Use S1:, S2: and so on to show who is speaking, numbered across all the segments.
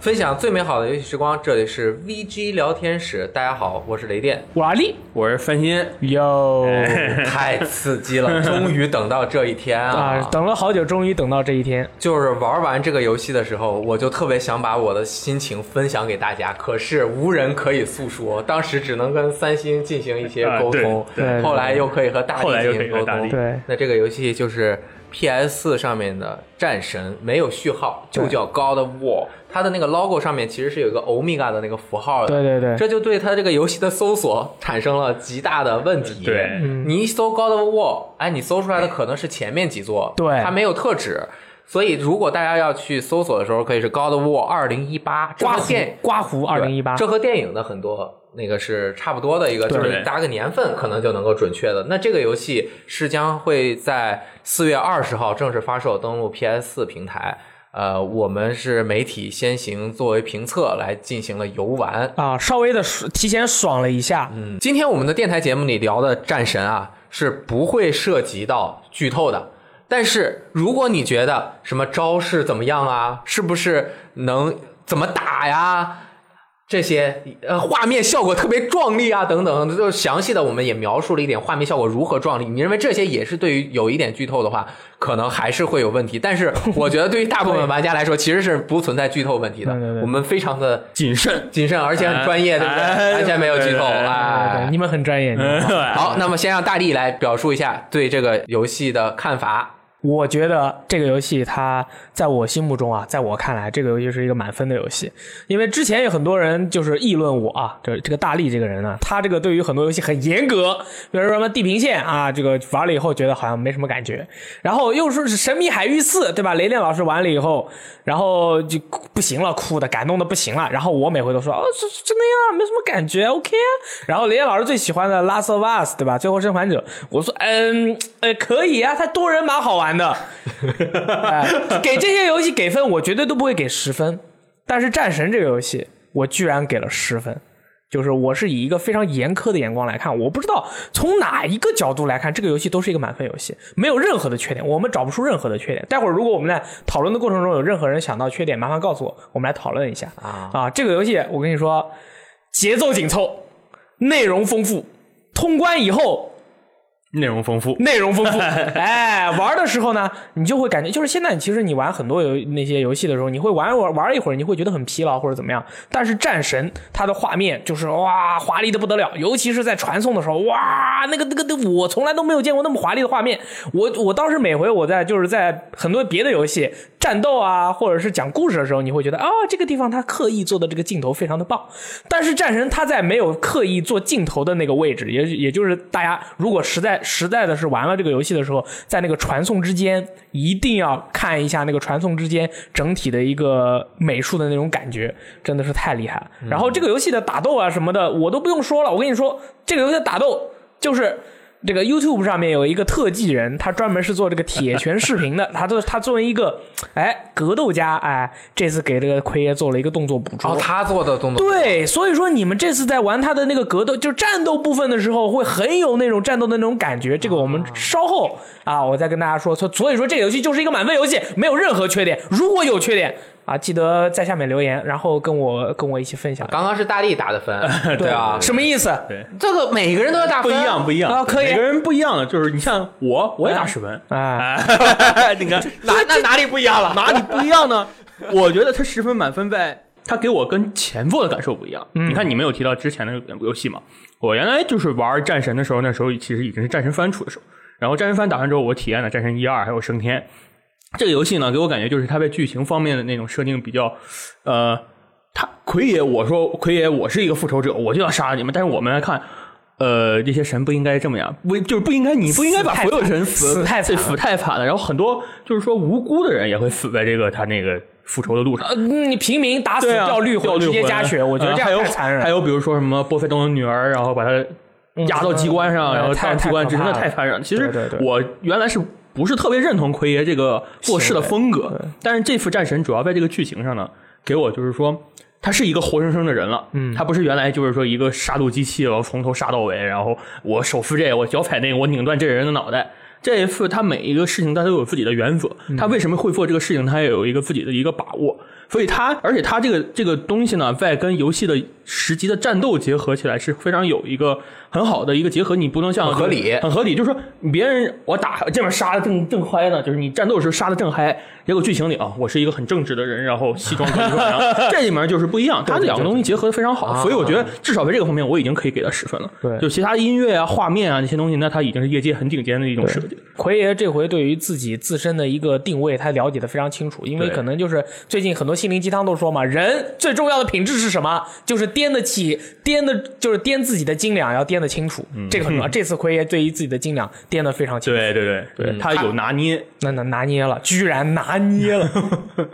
S1: 分享最美好的游戏时光，这里是 VG 聊天室。大家好，我是雷电，
S2: 我阿力
S3: 我是翻新，
S2: 哟
S1: 太刺激了，终于等到这一天
S2: 啊
S1: 啊！，
S2: 等了好久，终于等到这一天。
S1: 就是玩完这个游戏的时候，我就特别想把我的心情分享给大家，可是无人可以诉说，当时只能跟三星进行一些沟通，
S3: 啊
S2: 对对
S1: 后来又可以和大
S3: 后
S1: 力
S3: 来又
S1: 进
S3: 可以
S1: 行
S3: 和
S1: 沟
S3: 大
S1: 通。
S3: 力
S2: 对，
S1: 那这个游戏就是。PS 上面的战神没有序号，就
S2: 对
S1: 叫 God of War。它的那个 logo 上面其实是有一个欧米伽的那个符号的，
S2: 对对对，
S1: 这就对它这个游戏的搜索产生了极大的问题。
S3: 对
S2: 嗯
S1: 你一搜 God of War，哎，你搜出来的可能是前面几座，
S2: 对
S1: 它没有特指。所以如果大家要去搜索的时候，可以是 God of War 二零一八，这
S2: 刮
S1: 和
S2: 胡
S1: 电影
S2: 刮胡二零一八，
S1: 这和电影的很多那个是差不多的一个，
S2: 对
S1: 就是你打个年份可能就能够准确的。那这个游戏是将会在四月二十号正式发售，登陆 PS 四平台。呃，我们是媒体先行作为评测来进行了游玩，
S2: 啊，稍微的提前爽了一下，
S1: 嗯，今天我们的电台节目里聊的战神啊，是不会涉及到剧透的。但是如果你觉得什么招式怎么样啊，是不是能怎么打呀？这些呃画面效果特别壮丽啊，等等，就详细的我们也描述了一点画面效果如何壮丽。你认为这些也是对于有一点剧透的话，可能还是会有问题。但是我觉得对于大部分玩家来说，其实是不存在剧透问题的。
S2: 对对对
S1: 我们非常的
S3: 谨慎。
S1: 谨慎，而且很专业，对不对？
S3: 哎
S1: 完全没有剧透
S3: 对对对
S2: 对对
S1: 啊
S2: 对，。你们很专业。你们
S1: 嗯
S2: 好
S1: 好，那么先让大力来表述一下对这个游戏的看法。
S2: 我觉得这个游戏它在我心目中啊，在我看来，这个游戏是一个满分的游戏。因为之前有很多人就是议论我啊，这这个大力这个人呢、他这个对于很多游戏很严格，比如说什么《地平线》啊，这个玩了以后觉得好像没什么感觉，然后又说是《神秘海域四》，对吧？雷电老师玩了以后，然后就不行了，哭的感动的不行了。然后我每回都说，哦，这这就那样，没什么感觉，OK 啊。然后雷电老师最喜欢的《Last of Us》，对吧？《最后生还者》，我说，嗯，呃，可以啊，它多人蛮好玩的。 哎给这些游戏给分，我绝对都不会给十分，但是《战神》这个游戏，我居然给了十分。就是我是以一个非常严苛的眼光来看，我不知道从哪一个角度来看，这个游戏都是一个满分游戏，没有任何的缺点，我们找不出任何的缺点。待会儿如果我们在讨论的过程中有任何人想到缺点，麻烦告诉我，我们来讨论一下
S1: 啊
S2: 这个游戏我跟你说，节奏紧凑，内容丰富，通关以后
S3: 内容丰富，
S2: 内容丰富。 哎，玩的时候呢，你就会感觉，就是现在其实你玩很多游那些游戏的时候，你会玩玩玩一会儿，你会觉得很疲劳或者怎么样。但是战神它的画面就是哇华丽的不得了，尤其是在传送的时候，哇那个那个那个我从来都没有见过那么华丽的画面。我我当时每回我在就是在很多别的游戏战斗啊，或者是讲故事的时候，你会觉得啊、这个地方他刻意做的这个镜头非常的棒。但是战神他在没有刻意做镜头的那个位置，也也就是大家如果实在实在的是玩了这个游戏的时候，在那个传送之间一定要看一下那个传送之间整体的一个美术的那种感觉，真的是太厉害了。然后这个游戏的打斗啊什么的，我都不用说了，我跟你说，这个游戏的打斗就是。这个 YouTube 上面有一个特技人，他专门是做这个铁拳视频的。他做他作为一个哎格斗家，哎，这次给这个奎爷做了一个动作捕捉。
S1: 哦，他做的动作，
S2: 对，所以说你们这次在玩他的那个格斗，就是战斗部分的时候，会很有那种战斗的那种感觉。这个我们
S3: 哦
S2: 稍后啊，我再跟大家说。所所以说这个游戏就是一个满分游戏，没有任何缺点。如果有缺点啊，记得在下面留言，然后跟我跟我一起分享。
S1: 刚刚是大力打的分，对啊，
S2: 什么意思？
S1: 这个每个人都要打
S3: 不
S1: 分，
S3: 一样，不一样
S2: 啊可以
S3: 每个人不一样的，就是你像我，我也打十分
S2: 啊
S3: 哎你看
S1: 哪那哪里不一样了？
S3: 哪里不一样呢？ 我觉得他十分满分在，他给我跟前作的感受不一样。你看，你没有提到之前的游戏嘛？我原来就是玩战神的时候，那时候其实已经是战神番出的时候，然后战神番打完之后，我体验了战神一二还有升天。这个游戏呢，给我感觉就是它在剧情方面的那种设定比较，呃，他奎爷，我说奎爷，我是一个复仇者，我就要杀了你们。但是我们来看，呃，这些神不应该这么样，不就是不应该，你不应该把所有神死
S2: 死太惨
S3: 对死太惨了。然后很多就是说无辜的人也会死在这个他那个复仇的路上。
S2: 呃，你平民打死
S3: 对啊，
S2: 掉绿魂，
S3: 魂，
S2: 直接加血，我觉得
S3: 呃
S2: 这
S3: 还
S2: 样
S3: 有
S2: 太残忍。
S3: 还有比如说什么波菲东的女儿，然后把她压到机关上，
S2: 嗯
S3: 然后
S2: 太
S3: 当机关，
S2: 太可
S3: 真
S2: 怕
S3: 的
S2: 了
S3: 太残忍了。其实
S2: 对对对
S3: 我原来是不是特别认同奎爷这个做事的风格，但是这次战神主要在这个剧情上呢，给我就是说。他是一个活生生的人了，嗯，他不是原来就是说一个杀戮机器，然后从头杀到尾，然后我手撕这个，我脚踩那个，我拧断这人的脑袋。这一次他每一个事情他都有自己的原则，
S1: 嗯
S3: 他为什么会做这个事情，他也有一个自己的一个把握。所以他，而且他这个这个东西呢，在跟游戏的实际的战斗结合起来是非常有一个很好的一个结合。你不能像
S1: 很合理
S3: 很合理，就是说别人我打这边杀的正正嗨呢，就是你战斗的时候杀的正嗨，结果剧情里啊，我是一个很正直的人，然后西装革履，然后这里面就是不一样，它两个东西结合的非常好，所以我觉得至少在这个方面我已经可以给他十分了。
S2: 对
S3: 就其他音乐啊、画面啊这些东西，那它已经是业界很顶尖的一种设计。
S2: 奎爷这回对于自己自身的一个定位，他了解的非常清楚，因为
S3: 对
S2: 可能就是最近很多心灵鸡汤都说嘛，人最重要的品质是什么？就是掂得起，掂的，就是掂自己的斤两要掂得清楚，
S1: 嗯
S2: 这个很 重要。这次奎爷对于自己的斤两掂得非常清楚，
S3: 对对对嗯对，它有拿捏，
S2: 那那拿捏了，居然拿捏 了，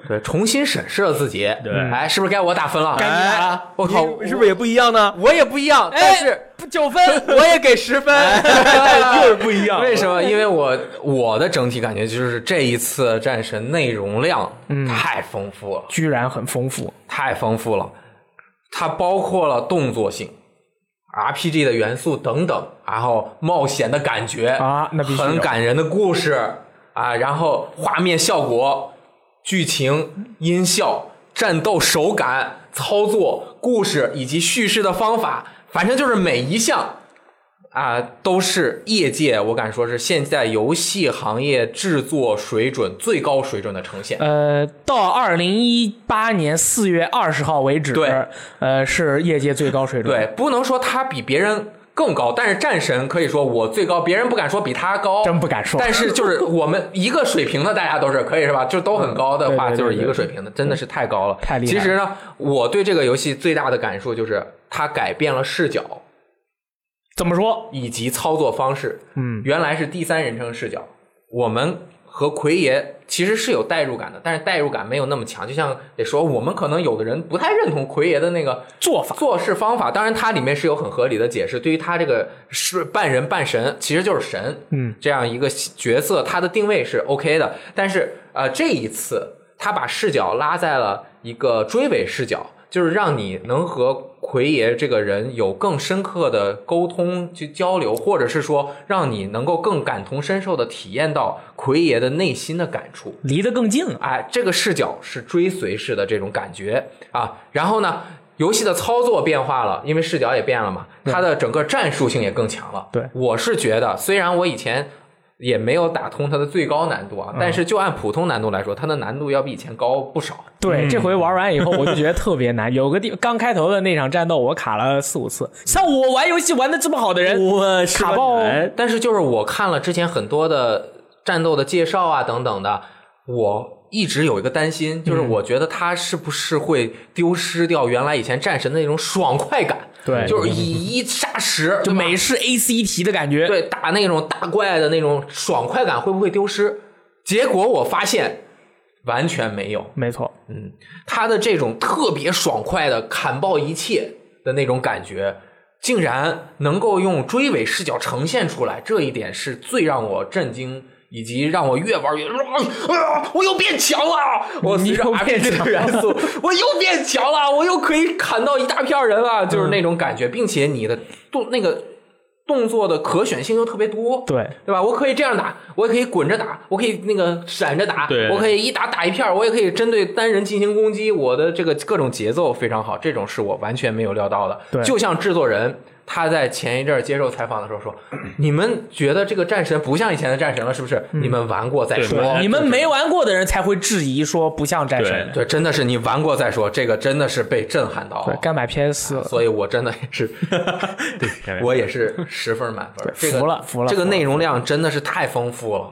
S1: 对，重新审视了自己，
S3: 对
S1: 哎，是不是该我打分了？哎
S2: 该你打
S3: 啊
S2: 了，
S1: 我靠，
S4: 是不是也不一样 呢？
S1: 我也不一样，但是
S2: 九分。
S1: 我也给十分，
S3: 就是不哎一样。
S1: 为什么？因为我我的整体感觉就是这一次战神内容量太丰富了，
S2: 居然很丰富，
S1: 太丰富了。它包括了动作性、RPG 的元素等等，然后冒险的感觉
S2: 啊那必须有
S1: 很感人的故事啊，然后画面效果、剧情、音效、战斗手感、操作、故事以及叙事的方法，反正就是每一项啊、都是业界我敢说是现在游戏行业制作水准最高水准的呈现。
S2: 呃，到二零一八年四月二十号为止，
S1: 对，
S2: 呃，是业界最高水准，
S1: 对，不能说他比别人更高，但是战神可以说我最高，别人不敢说比他高，
S2: 真不敢说
S1: 但是就是我们 一个水平的，大家都是可以是吧？就都很高的话，
S2: 对对对
S1: 就是一个水平的，真的是太高了，
S2: 太厉害
S1: 其
S2: 了
S1: 实呢，我对这个游戏最大的感受就是它改变了视角
S2: 怎么说？
S1: 以及操作方式。
S2: 嗯，
S1: 原来是第三人称视角，我们和奎爷其实是有代入感的，但是代入感没有那么强。就像也说，我们可能有的人不太认同奎爷的那个
S2: 做法
S1: 做事方法，当然它里面是有很合理的解释。对于他这个是半人半神，其实就是神，
S2: 嗯，
S1: 这样一个角色，他的定位是 OK 的。但是呃，这一次他把视角拉在了一个追尾视角，就是让你能和奎爷这个人有更深刻的沟通去交流，或者是说让你能够更感同身受的体验到奎爷的内心的感触。
S2: 离得更近了。
S1: 哎，这个视角是追随式的这种感觉啊。然后呢，游戏的操作变化了，因为视角也变了嘛，它的整个战术性也更强了。
S2: 对
S1: 我是觉得，虽然我以前。也没有打通它的最高难度啊，但是就按普通难度来说，它的难度要比以前高不少。
S2: 对，这回玩完以后，我就觉得特别难。有个地刚开头的那场战斗，我卡了四五次。像我玩游戏玩的这么好的人，
S3: 我
S2: 卡爆
S3: 哎，
S1: 但是就是我看了之前很多的战斗的介绍啊等等的，我一直有一个担心，
S2: 嗯
S1: 就是我觉得它是不是会丢失掉原来以前战神的那种爽快感？
S2: 对
S1: 就是以一杀十，
S2: 就
S1: 对吧
S2: 美式 A C T 的感觉。，
S1: 对打那种大怪的那种爽快感会不会丢失？结果我发现完全没有，
S2: 没错，
S1: 他的这种特别爽快的砍爆一切的那种感觉，竟然能够用追尾视角呈现出来，这一点是最让我震惊。以及让我越玩越啊啊！我又变强 了，我随着
S2: 你又变
S1: RPG
S2: 强
S1: 的
S2: 了
S1: 元素，我又变强了，我又可以砍到一大片人了，就是那种感觉，并且你的动那个动作的可选性又特别多，
S2: 对
S1: 对吧？我可以这样打，我也可以滚着打，我可以那个闪着打，
S3: 对
S1: 我可以一打打一片儿，我也可以针对单人进行攻击。我的这个各种节奏非常好，这种是我完全没有料到的。
S2: 对
S1: 就像制作人他在前一阵儿接受采访的时候 说：“你们觉得这个战神不像以前的战神了，是不是？
S2: 嗯
S1: 你们玩过再说。”
S3: 对
S2: 你们没玩过的人才会质疑说不像战神。
S1: 哦对，真的是你玩过再说，这个真的是被震撼到
S2: 对，
S1: 了。
S2: 该买 PS 四了。
S1: 所以我真的也 是，我也是十分满分，这个
S2: 服了服了
S1: 这个
S2: 服了
S1: 内容量真的是太丰富了。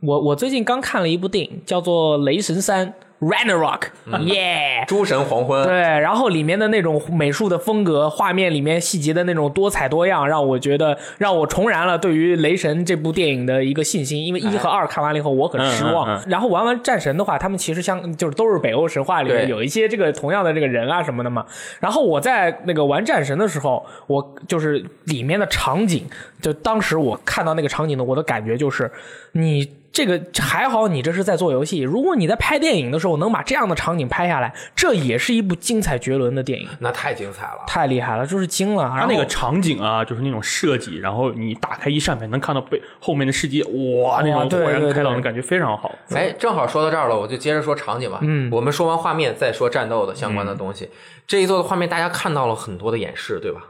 S2: 我我最近刚看了一部电影，叫做《雷神三 Ragnarok》，耶！
S1: 诸神黄昏，啊
S2: 对，然后里面的那种美术的风格、画面里面细节的那种多彩多样，让我觉得让我重燃了对于《雷神》这部电影的一个信心。因为一和二看完了以后，我很失望。
S3: 哎嗯嗯
S2: 然后玩完《战神》的话，他们其实像就是都是北欧神话里面
S1: 对
S2: 有一些这个同样的这个人啊什么的嘛。然后我在那个玩《战神》的时候，我就是里面的场景，就当时我看到那个场景的，我的感觉就是你。这个还好，你这是在做游戏。如果你在拍电影的时候能把这样的场景拍下来，这也是一部精彩绝伦的电影，
S1: 那太精彩了。
S2: 太厉害了，就是惊了。
S3: 它
S2: 然后
S3: 那个场景啊，就是那种设计，然后你打开一扇门，能看到背后面的世界，哇，那种
S2: 对
S3: 豁然
S2: 对
S3: 开朗的
S2: 对
S3: 感觉非常好。
S1: 哎，正好说到这儿了，我就接着说场景吧。嗯，我们说完画面，再说战斗的相关的东西。这一座的画面大家看到了很多的演示，对吧？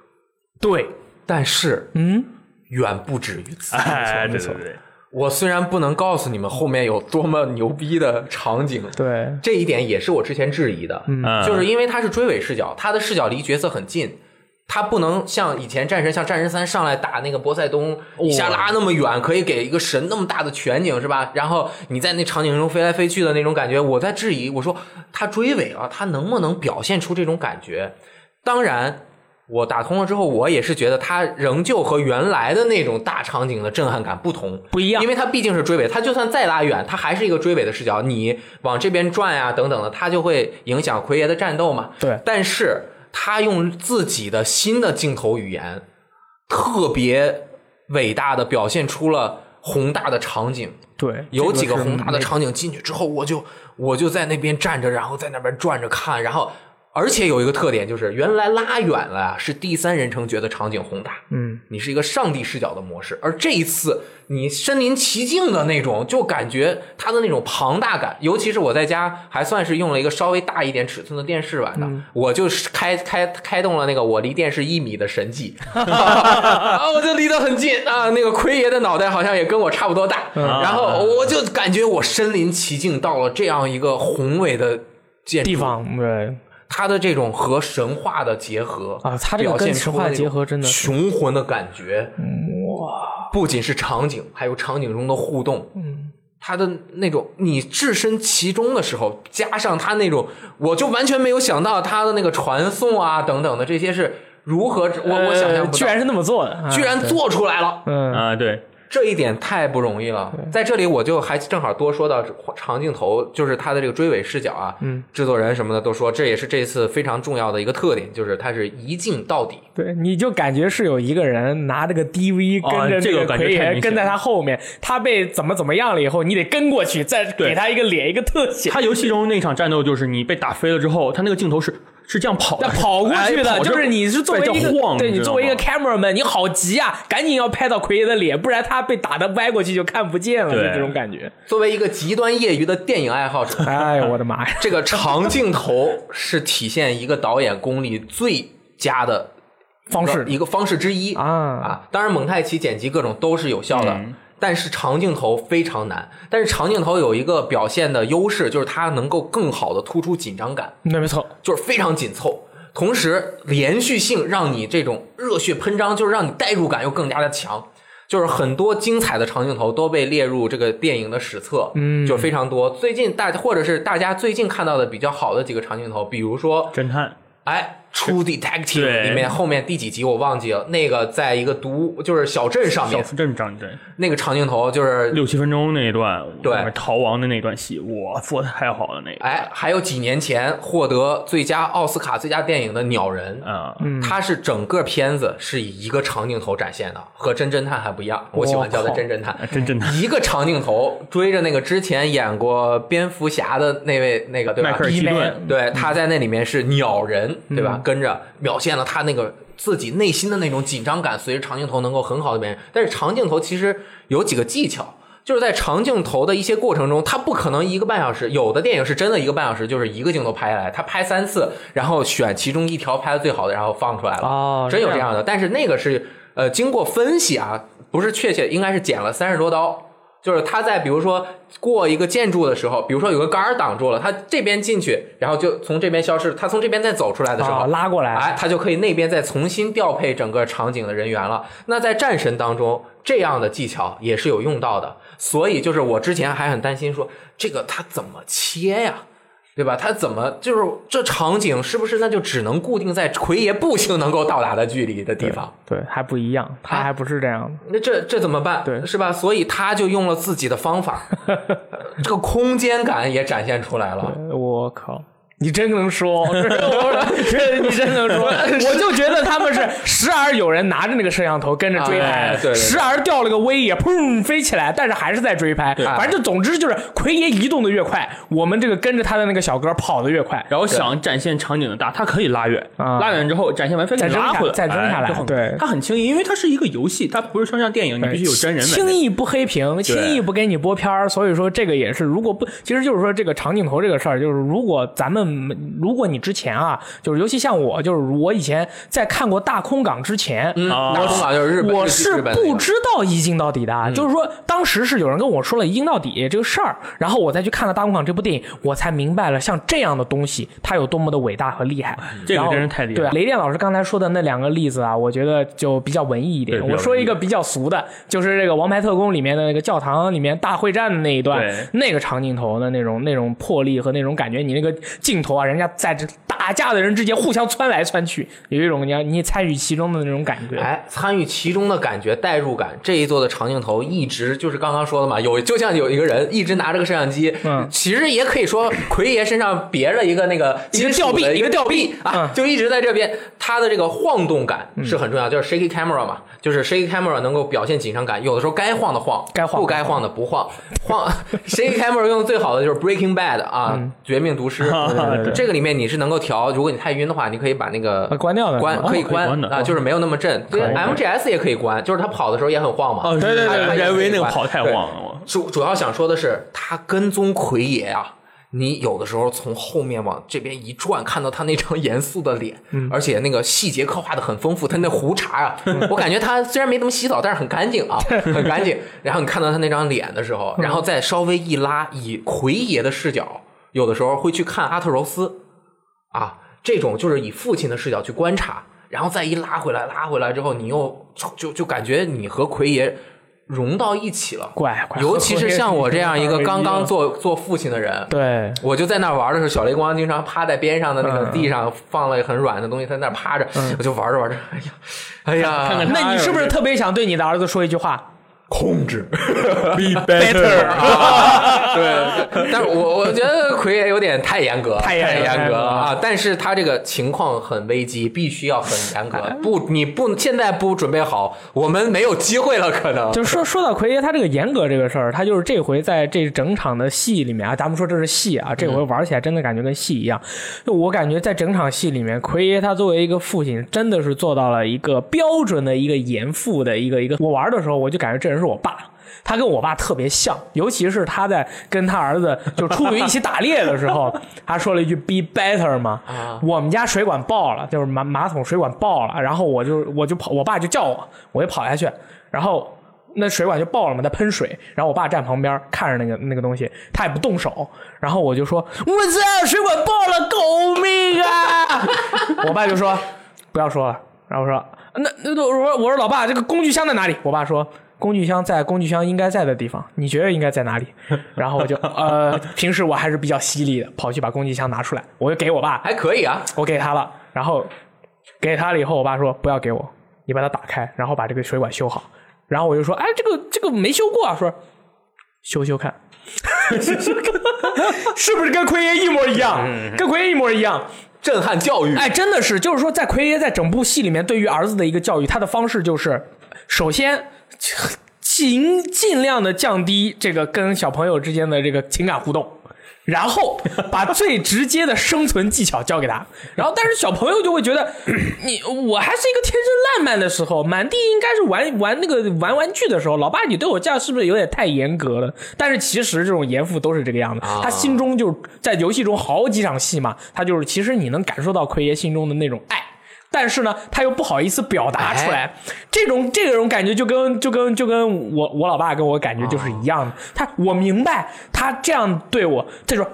S3: 对，
S1: 但是
S2: 嗯，
S1: 远不止于此。
S3: 哎，
S2: 没
S3: 对
S2: 错
S3: 对对，
S1: 我虽然不能告诉你们后面有多么牛逼的场景，
S2: 对，
S1: 这一点也是我之前质疑的，
S3: 嗯
S1: 就是因为它是追尾视角，它的视角离角色很近。它不能像以前战神，像战神三上来打那个波塞冬，一下拉那么远，可以给一个神那么大的全景是吧？然后你在那场景中飞来飞去的那种感觉，我在质疑，我说他追尾了，他能不能表现出这种感觉？当然，我打通了之后，我也是觉得它仍旧和原来的那种大场景的震撼感不同，
S2: 不一样
S1: 因为它毕竟是追尾，它就算再拉远，它还是一个追尾的视角，你往这边转呀、等等的，它就会影响奎爷的战斗嘛。
S2: 对
S1: 但是他用自己的新的镜头语言，特别伟大的表现出了宏大的场景。
S2: 对，
S1: 有几
S2: 这
S1: 个
S2: 是
S1: 宏大的
S2: 没
S1: 场景进去之后，我就我就在那边站着，然后在那边转着看，然后而且有一个特点就是，原来拉远了啊是第三人称觉得场景宏大，
S2: 嗯，
S1: 你是一个上帝视角的模式，而这一次你身临其境的那种，就感觉它的那种庞大感，尤其是我在家还算是用了一个稍微大一点尺寸的电视玩的，我就是开开开动了那个我离电视一米的神技，啊，我就离得很近啊，那个奎爷的脑袋好像也跟我差不多大，然后我就感觉我身临其境到了这样一个宏伟的建筑
S2: 地，方对
S1: 它的这种和神话的结合
S2: 啊它这个
S1: 表现
S2: 跟
S1: 出
S2: 神话
S1: 那种
S2: 结合真的是
S1: 雄浑的感觉，哇！不仅是场景，还有场景中的互动，嗯，它的那种你置身其中的时候，加上它那种，我就完全没有想到它的那个传送啊等等的这些是如何，我我想象
S2: 呃
S1: 不
S2: 居
S1: 到。
S2: 然是那么做的，啊
S1: 居然
S2: 对
S1: 做出来了，
S2: 嗯
S3: 啊对，
S1: 这一点太不容易了。在这里，我就还正好多说到长镜头，就是它的这个追尾视角啊，嗯，制作人什么的都说，这也是这次非常重要的一个特点，就是它是一镜到底。
S2: 对，你就感觉是有一个人拿着个 DV
S3: 哦
S2: 跟着
S3: 这个
S2: 那
S3: 感觉
S2: 奎
S3: 太
S2: 爷
S3: 明显
S2: 跟在
S3: 了
S2: 他后面，他被怎么怎么样了以后，你得跟过去，再给他一个脸一个特写。
S3: 他游戏中那场战斗就是你被打飞了之后，他那个镜头是是这样跑
S2: 那
S3: 的，
S2: 跑过去的，
S3: 哎跑着
S2: 就是你是作为一
S3: 在这
S2: 个
S3: 晃
S2: 对
S3: 你
S2: 你
S3: 知道
S2: 作为一个
S3: 吗
S2: cameraman，你好急啊，赶紧要拍到奎爷的脸，不然他被打的歪过去就看不见了，
S3: 对
S2: 就这种感觉。
S1: 作为一个极端业余的电影爱好者，
S2: 哎呦我的妈呀！
S1: 这个长镜头是体现一个导演功力最佳的
S2: 方式
S1: 一个方式之一
S2: 啊
S1: 啊！当然，蒙太奇剪辑各种都是有效的，但是长镜头非常难。但是长镜头有一个表现的优势，就是它能够更好的突出紧张感。
S2: 那没错，
S1: 就是非常紧凑，同时连续性让你这种热血喷张，就是让你代入感又更加的强。就是很多精彩的长镜头都被列入这个电影的史册，嗯，就非常多。最近大或者是大家最近看到的比较好的几个长镜头，比如说
S3: 侦探
S1: 哎，《True Detective》
S3: 对
S1: 里面后面第几集我忘记了，那个在一个独就是小镇上
S3: 小
S1: 面
S3: 镇镇长对
S1: 那个长镜头就是。
S3: 六七分钟那一段，
S1: 对
S3: 外面逃亡的那段戏，哇，做的太好了那个，
S1: 哎，还有几年前获得最佳奥斯卡最佳电影的《鸟人》，
S3: 啊，
S2: 嗯
S1: 它是整个片子是以一个长镜头展现的，和真侦探还不一样。我喜欢叫它真侦探，
S3: 真侦探
S1: 一个长镜头追着那个之前演过蝙蝠侠的那位那个对吧？
S3: 迈克尔基顿
S2: E-man
S1: 对，他在那里面是鸟人，对
S2: 嗯
S1: 吧？跟着表现了他那个自己内心的那种紧张感，随着长镜头能够很好的表现。但是长镜头其实有几个技巧，就是在长镜头的一些过程中，它不可能一个半小时，有的电影是真的一个半小时，就是一个镜头拍下来，他拍三次，然后选其中一条拍的最好的，然后放出来了。
S2: 哦
S1: 真有
S2: 这
S1: 这
S2: 样
S1: 样的，但是那个是呃，经过分析啊，不是确切，应该是剪了三十多刀。就是他在比如说过一个建筑的时候，比如说有个杆儿挡住了，他这边进去，然后就从这边消失，他从这边再走出来的时候，
S2: 啊，拉过来，
S1: 哎，他就可以那边再重新调配整个场景的人员了。那在战神当中，这样的技巧也是有用到的。所以就是我之前还很担心说，这个他怎么切呀？对吧？他怎么就是这场景是不是那就只能固定在奎爷步行能够到达的距离的地方？
S2: 对，还不一样，他
S1: 哎
S2: 还不是这样的。
S1: 那这这怎么办？
S2: 对
S1: 是吧？所以他就用了 自己的方法，这个空间感也展现出来了。
S2: 我靠，你真能 说，我说你真能说， 我就觉得他们是时而有人拿着那个摄像头跟着追
S1: 哎
S2: 拍，
S1: 对对对
S2: 时而掉了个威也砰飞起来，但是还是在追拍。反正就总之就是奎爷移动的越快，我们这个跟着他的那个小哥跑的越快。
S3: 然后想展现场景的大，它可以拉远，
S2: 啊
S3: 拉远之后展现完非
S2: 再
S3: 给
S2: 扔
S3: 拉
S2: 下
S3: 回来，
S2: 再扔下来
S3: 哎就很
S2: 对
S3: 它很轻易，因为它是一个游戏，它不是像像电影，你必须有真人
S2: 轻
S3: 在那。
S2: 易不黑屏，轻易不给你播片儿，所以说这个也是，如果不，其实就是说这个长镜头这个事儿，就是如果咱们，如果你之前啊，就是尤其像我，就是我以前在看过《大空港》之前，嗯
S3: 啊
S1: 大空港就是日本，
S2: 我
S1: 日
S2: 是
S1: 日本那
S2: 不
S1: 个嗯
S2: 知道一镜到底的，啊就是说当时是有人跟我说了一镜到底这个事儿，然后我再去看了《大空港》这部电影，我才明白了像这样的东西它有多么的伟大和厉害。
S1: 哎
S3: 这个
S2: 然后
S3: 真是太厉害
S2: 对啊
S3: 了
S2: 雷电老师刚才说的那两个例子啊，我觉得就比较文艺一点。
S3: 对比较
S2: 我说一个比较俗的，就是这个《王牌特工》里面的那个教堂里面大会战的那一段
S3: 对，
S2: 那个长镜头的那种那种魄力和那种感觉，你那个镜头啊，人家在这打架的人之间互相窜来窜去，有一种你要你参与其中的那种感觉。
S1: 哎，参与其中的感觉、代入感，这一座的长镜头一直就是刚刚说的嘛，有就像有一个人一直拿着个摄像机，
S2: 嗯
S1: 其实也可以说奎爷身上别着一个那个
S2: 一个吊臂
S1: 金属的一
S2: 一个吊
S1: 臂啊，
S2: 嗯
S1: 就一直在这边，他的这个晃动感是很重要，就是 shaky camera 嘛，就是 shaky camera 能够表现紧张感，有的时候该晃的晃，
S2: 该晃
S1: 不
S2: 的
S1: 该晃的不晃，晃 shaky camera 用的最好的就是 Breaking Bad 啊，
S2: 嗯
S1: 绝命毒 师，
S3: 对对
S1: 这个里面你是能够调，如果你太晕的话，你可以把那个
S2: 啊关掉的
S1: 呃关
S2: 哦
S1: 可以
S3: 可以关的
S1: 啊，
S3: 哦
S1: 就是没有那么震。对
S2: 以
S1: ，MGS 也可以关，就是它跑的时候也很晃嘛。
S3: 哦，对对
S1: 它
S3: 对，人为那个跑。
S1: 它
S3: 太
S1: 也可以
S3: 晃
S1: 关
S3: 了，我
S1: 主主要想说的是，他跟踪奎爷啊，你有的时候从后面往这边一转，看到他那张严肃的脸，而且那个细节刻画的很丰富，他那胡茬啊，我感觉他虽然没怎么洗澡，但是很干净啊，很干净。然后你看到他那张脸的时候，然后再稍微一拉，以奎爷的视角，有的时候会去看阿特柔斯。啊，这种就是以父亲的视角去观察，然后再一拉回来，拉回来之后，你又就就就感觉你和奎爷融到一起了，
S2: 怪怪
S1: 尤其是像 我这样一个刚刚做做父亲的人。
S2: 对，
S1: 我就在那儿玩的时候，小雷光经常趴在边上的那个
S2: 嗯
S1: 地上放了很软的东西，在那儿趴着，我就玩着玩着，哎呀，哎呀，
S3: 看看他
S2: 那你是不是特别想对你的儿子说一句话？
S1: 控制，
S3: be
S1: 啊对，但是我我觉得奎爷有点太严格，
S2: 太严格
S1: 严
S2: 太严
S1: 格
S2: 格
S1: 了啊！但是他这个情况很危机，必须要很严格。
S2: 哎
S1: 不，你不现在不准备好，我们没有机会了，可能。
S2: 就说说到奎爷他这个严格这个事儿，他就是这回在这整场的戏里面啊，咱们说这是戏啊，这回玩起来真的感觉跟戏一样。就我感觉在整场戏里面，奎爷他作为一个父亲，真的是做到了一个标准的一个严父的一个一个。我玩的时候，我就感觉这人是我爸。他跟我爸特别像，尤其是他在跟他儿子就出去一起打猎的时候，他说了一句 “be better” 嘛，我们家水管爆了，就是马马桶水管爆了，然后我就我就跑，我爸就叫我，我就跑下去，然后那水管就爆了嘛，在喷水，然后我爸站旁边看着那个那个东西，他也不动手，然后我就说：“我操，水管爆了，救命啊！” 我爸就说：“不要说了。”然后我说：“那那那我说我说老爸，这个工具箱在哪里？”我爸说。工具箱在工具箱应该在的地方，你觉得应该在哪里？ 然后我就呃，平时我还是比较犀利的，跑去把工具箱拿出来，我就给我爸，
S1: 还可以啊，
S2: 我给他了，然后给他了以后，我爸说不要给我，你把它打开，然后把这个水管修好。然后我就说，哎，这个这个没修过啊，说修修看，是不是跟奎爷一模一样？跟奎爷一模一样。
S1: 震撼教育。
S2: 哎，真的是，就是说，在奎爷在整部戏里面对于儿子的一个教育，他的方式就是，首先。尽尽量的降低这个跟小朋友之间的这个情感互动，然后把最直接的生存技巧教给他，然后但是小朋友就会觉得你我还是一个天真烂漫的时候，满地应该是玩玩那个玩玩具的时候，老爸你对我这样是不是有点太严格了？但是其实这种严父都是这个样子，
S1: 啊
S2: 他心中就是在游戏中好几场戏嘛，他就是其实你能感受到奎爷心中的那种爱。但是呢，他又不好意思表达出来，这种这种感觉就跟就跟就跟我我老爸跟我感觉就是一样的。他我明白他这样对我，这种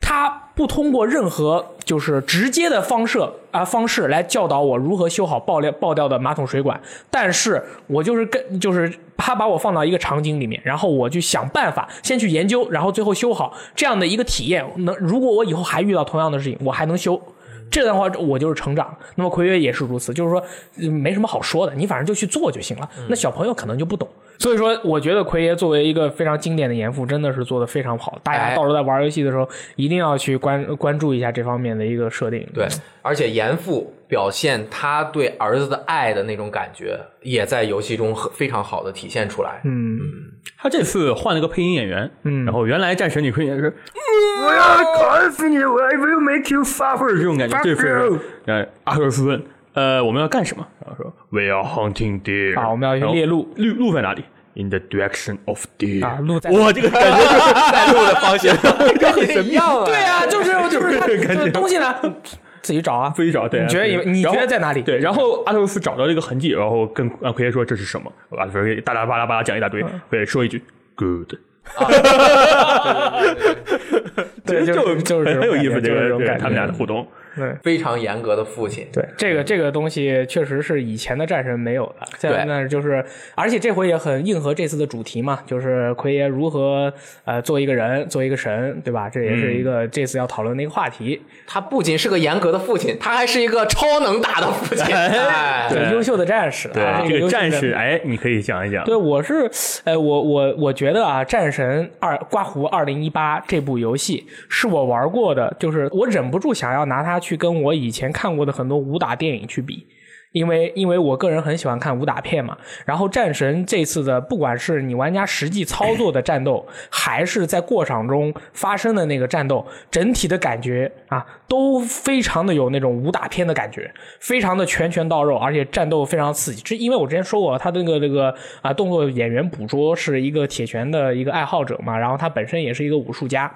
S2: 他不通过任何就是直接的方式啊、方式来教导我如何修好爆裂爆掉的马桶水管，但是我就是跟就是他把我放到一个场景里面，然后我去想办法先去研究，然后最后修好这样的一个体验。能如果我以后还遇到同样的事情，我还能修。这段话我就是成长。那么奎约也是如此，就是说嗯没什么好说的，你反正就去做就行了。那小朋友可能就不懂，所以说我觉得奎爷作为一个非常经典的严父，真的是做的非常好。大家
S1: 哎
S2: 到时候在玩游戏的时候，一定要去关关注一下这方面的一个设定。
S1: 对，而且严父表现他对儿子的爱的那种感觉，也在游戏中很非常好的体现出来。嗯，
S3: 他这次换了个配音演员，嗯，然后原来战神女配音演员是，
S2: 嗯
S3: 我要
S2: 哦
S3: 搞死你，我 will make you suffer 这种感觉，这次
S2: you
S3: 呃阿克斯问，呃，我们要干什么？然后说 we are hunting deer
S2: 啊我们要去猎鹿，
S3: 然后鹿鹿在哪里？In the direction of deer
S2: 啊鹿在
S3: 哇，这个感觉就是
S1: 带路的方 向
S3: 就很神秘，
S1: 样
S2: 对啊，就是就是他
S3: 这个感觉
S2: 这东西呢，自己找啊。
S3: 非找对啊，
S2: 你觉得以为
S3: 对
S2: 你觉得
S3: 然后
S2: 在哪里
S3: 对，然后阿特斯找到这个痕迹，然后跟阿奎耶说这是什么，阿奎耶大大巴拉巴拉讲一大堆，奎爷说一句 good。
S2: 对，就是就是这
S3: 很
S2: 种
S3: 很有
S2: 感
S3: 意
S2: 觉
S3: 思，这
S2: 就是这
S3: 个
S2: 种
S3: 对
S2: 感
S3: 他们
S2: 觉
S3: 俩的互动。
S2: 对。
S1: 非常严格的父亲。
S2: 对，这个这个东西确实是以前的战神没有的，在
S1: 对
S2: 那就是，而且这回也很应和这次的主题嘛，就是奎爷如何呃做一个人，做一个神，对吧？这也是一个这次要讨论的一个话题。
S1: 他不仅是个严格的父亲，他还是一个超能打的父亲。哎，
S2: 对，优秀的战士，啊、这
S3: 这
S2: 优秀
S3: 个战
S2: 的
S3: 士，。哎，你可以讲一讲。
S2: 对，我是，呃，我我我觉得啊，《战神二刮胡二零一八》这部游戏是我玩过的，就是我忍不住想要拿它去跟我以前看过的很多武打电影去比。因为因为我个人很喜欢看武打片嘛，然后战神这次的不管是你玩家实际操作的战斗， 还是在过场中发生的那个战斗，整体的感觉啊，都非常的有那种武打片的感觉，非常的拳拳到肉，而且战斗非常刺激。这因为我之前说过，他那个这个啊动作演员捕捉是一个铁拳的一个爱好者嘛，然后他本身也是一个武术家。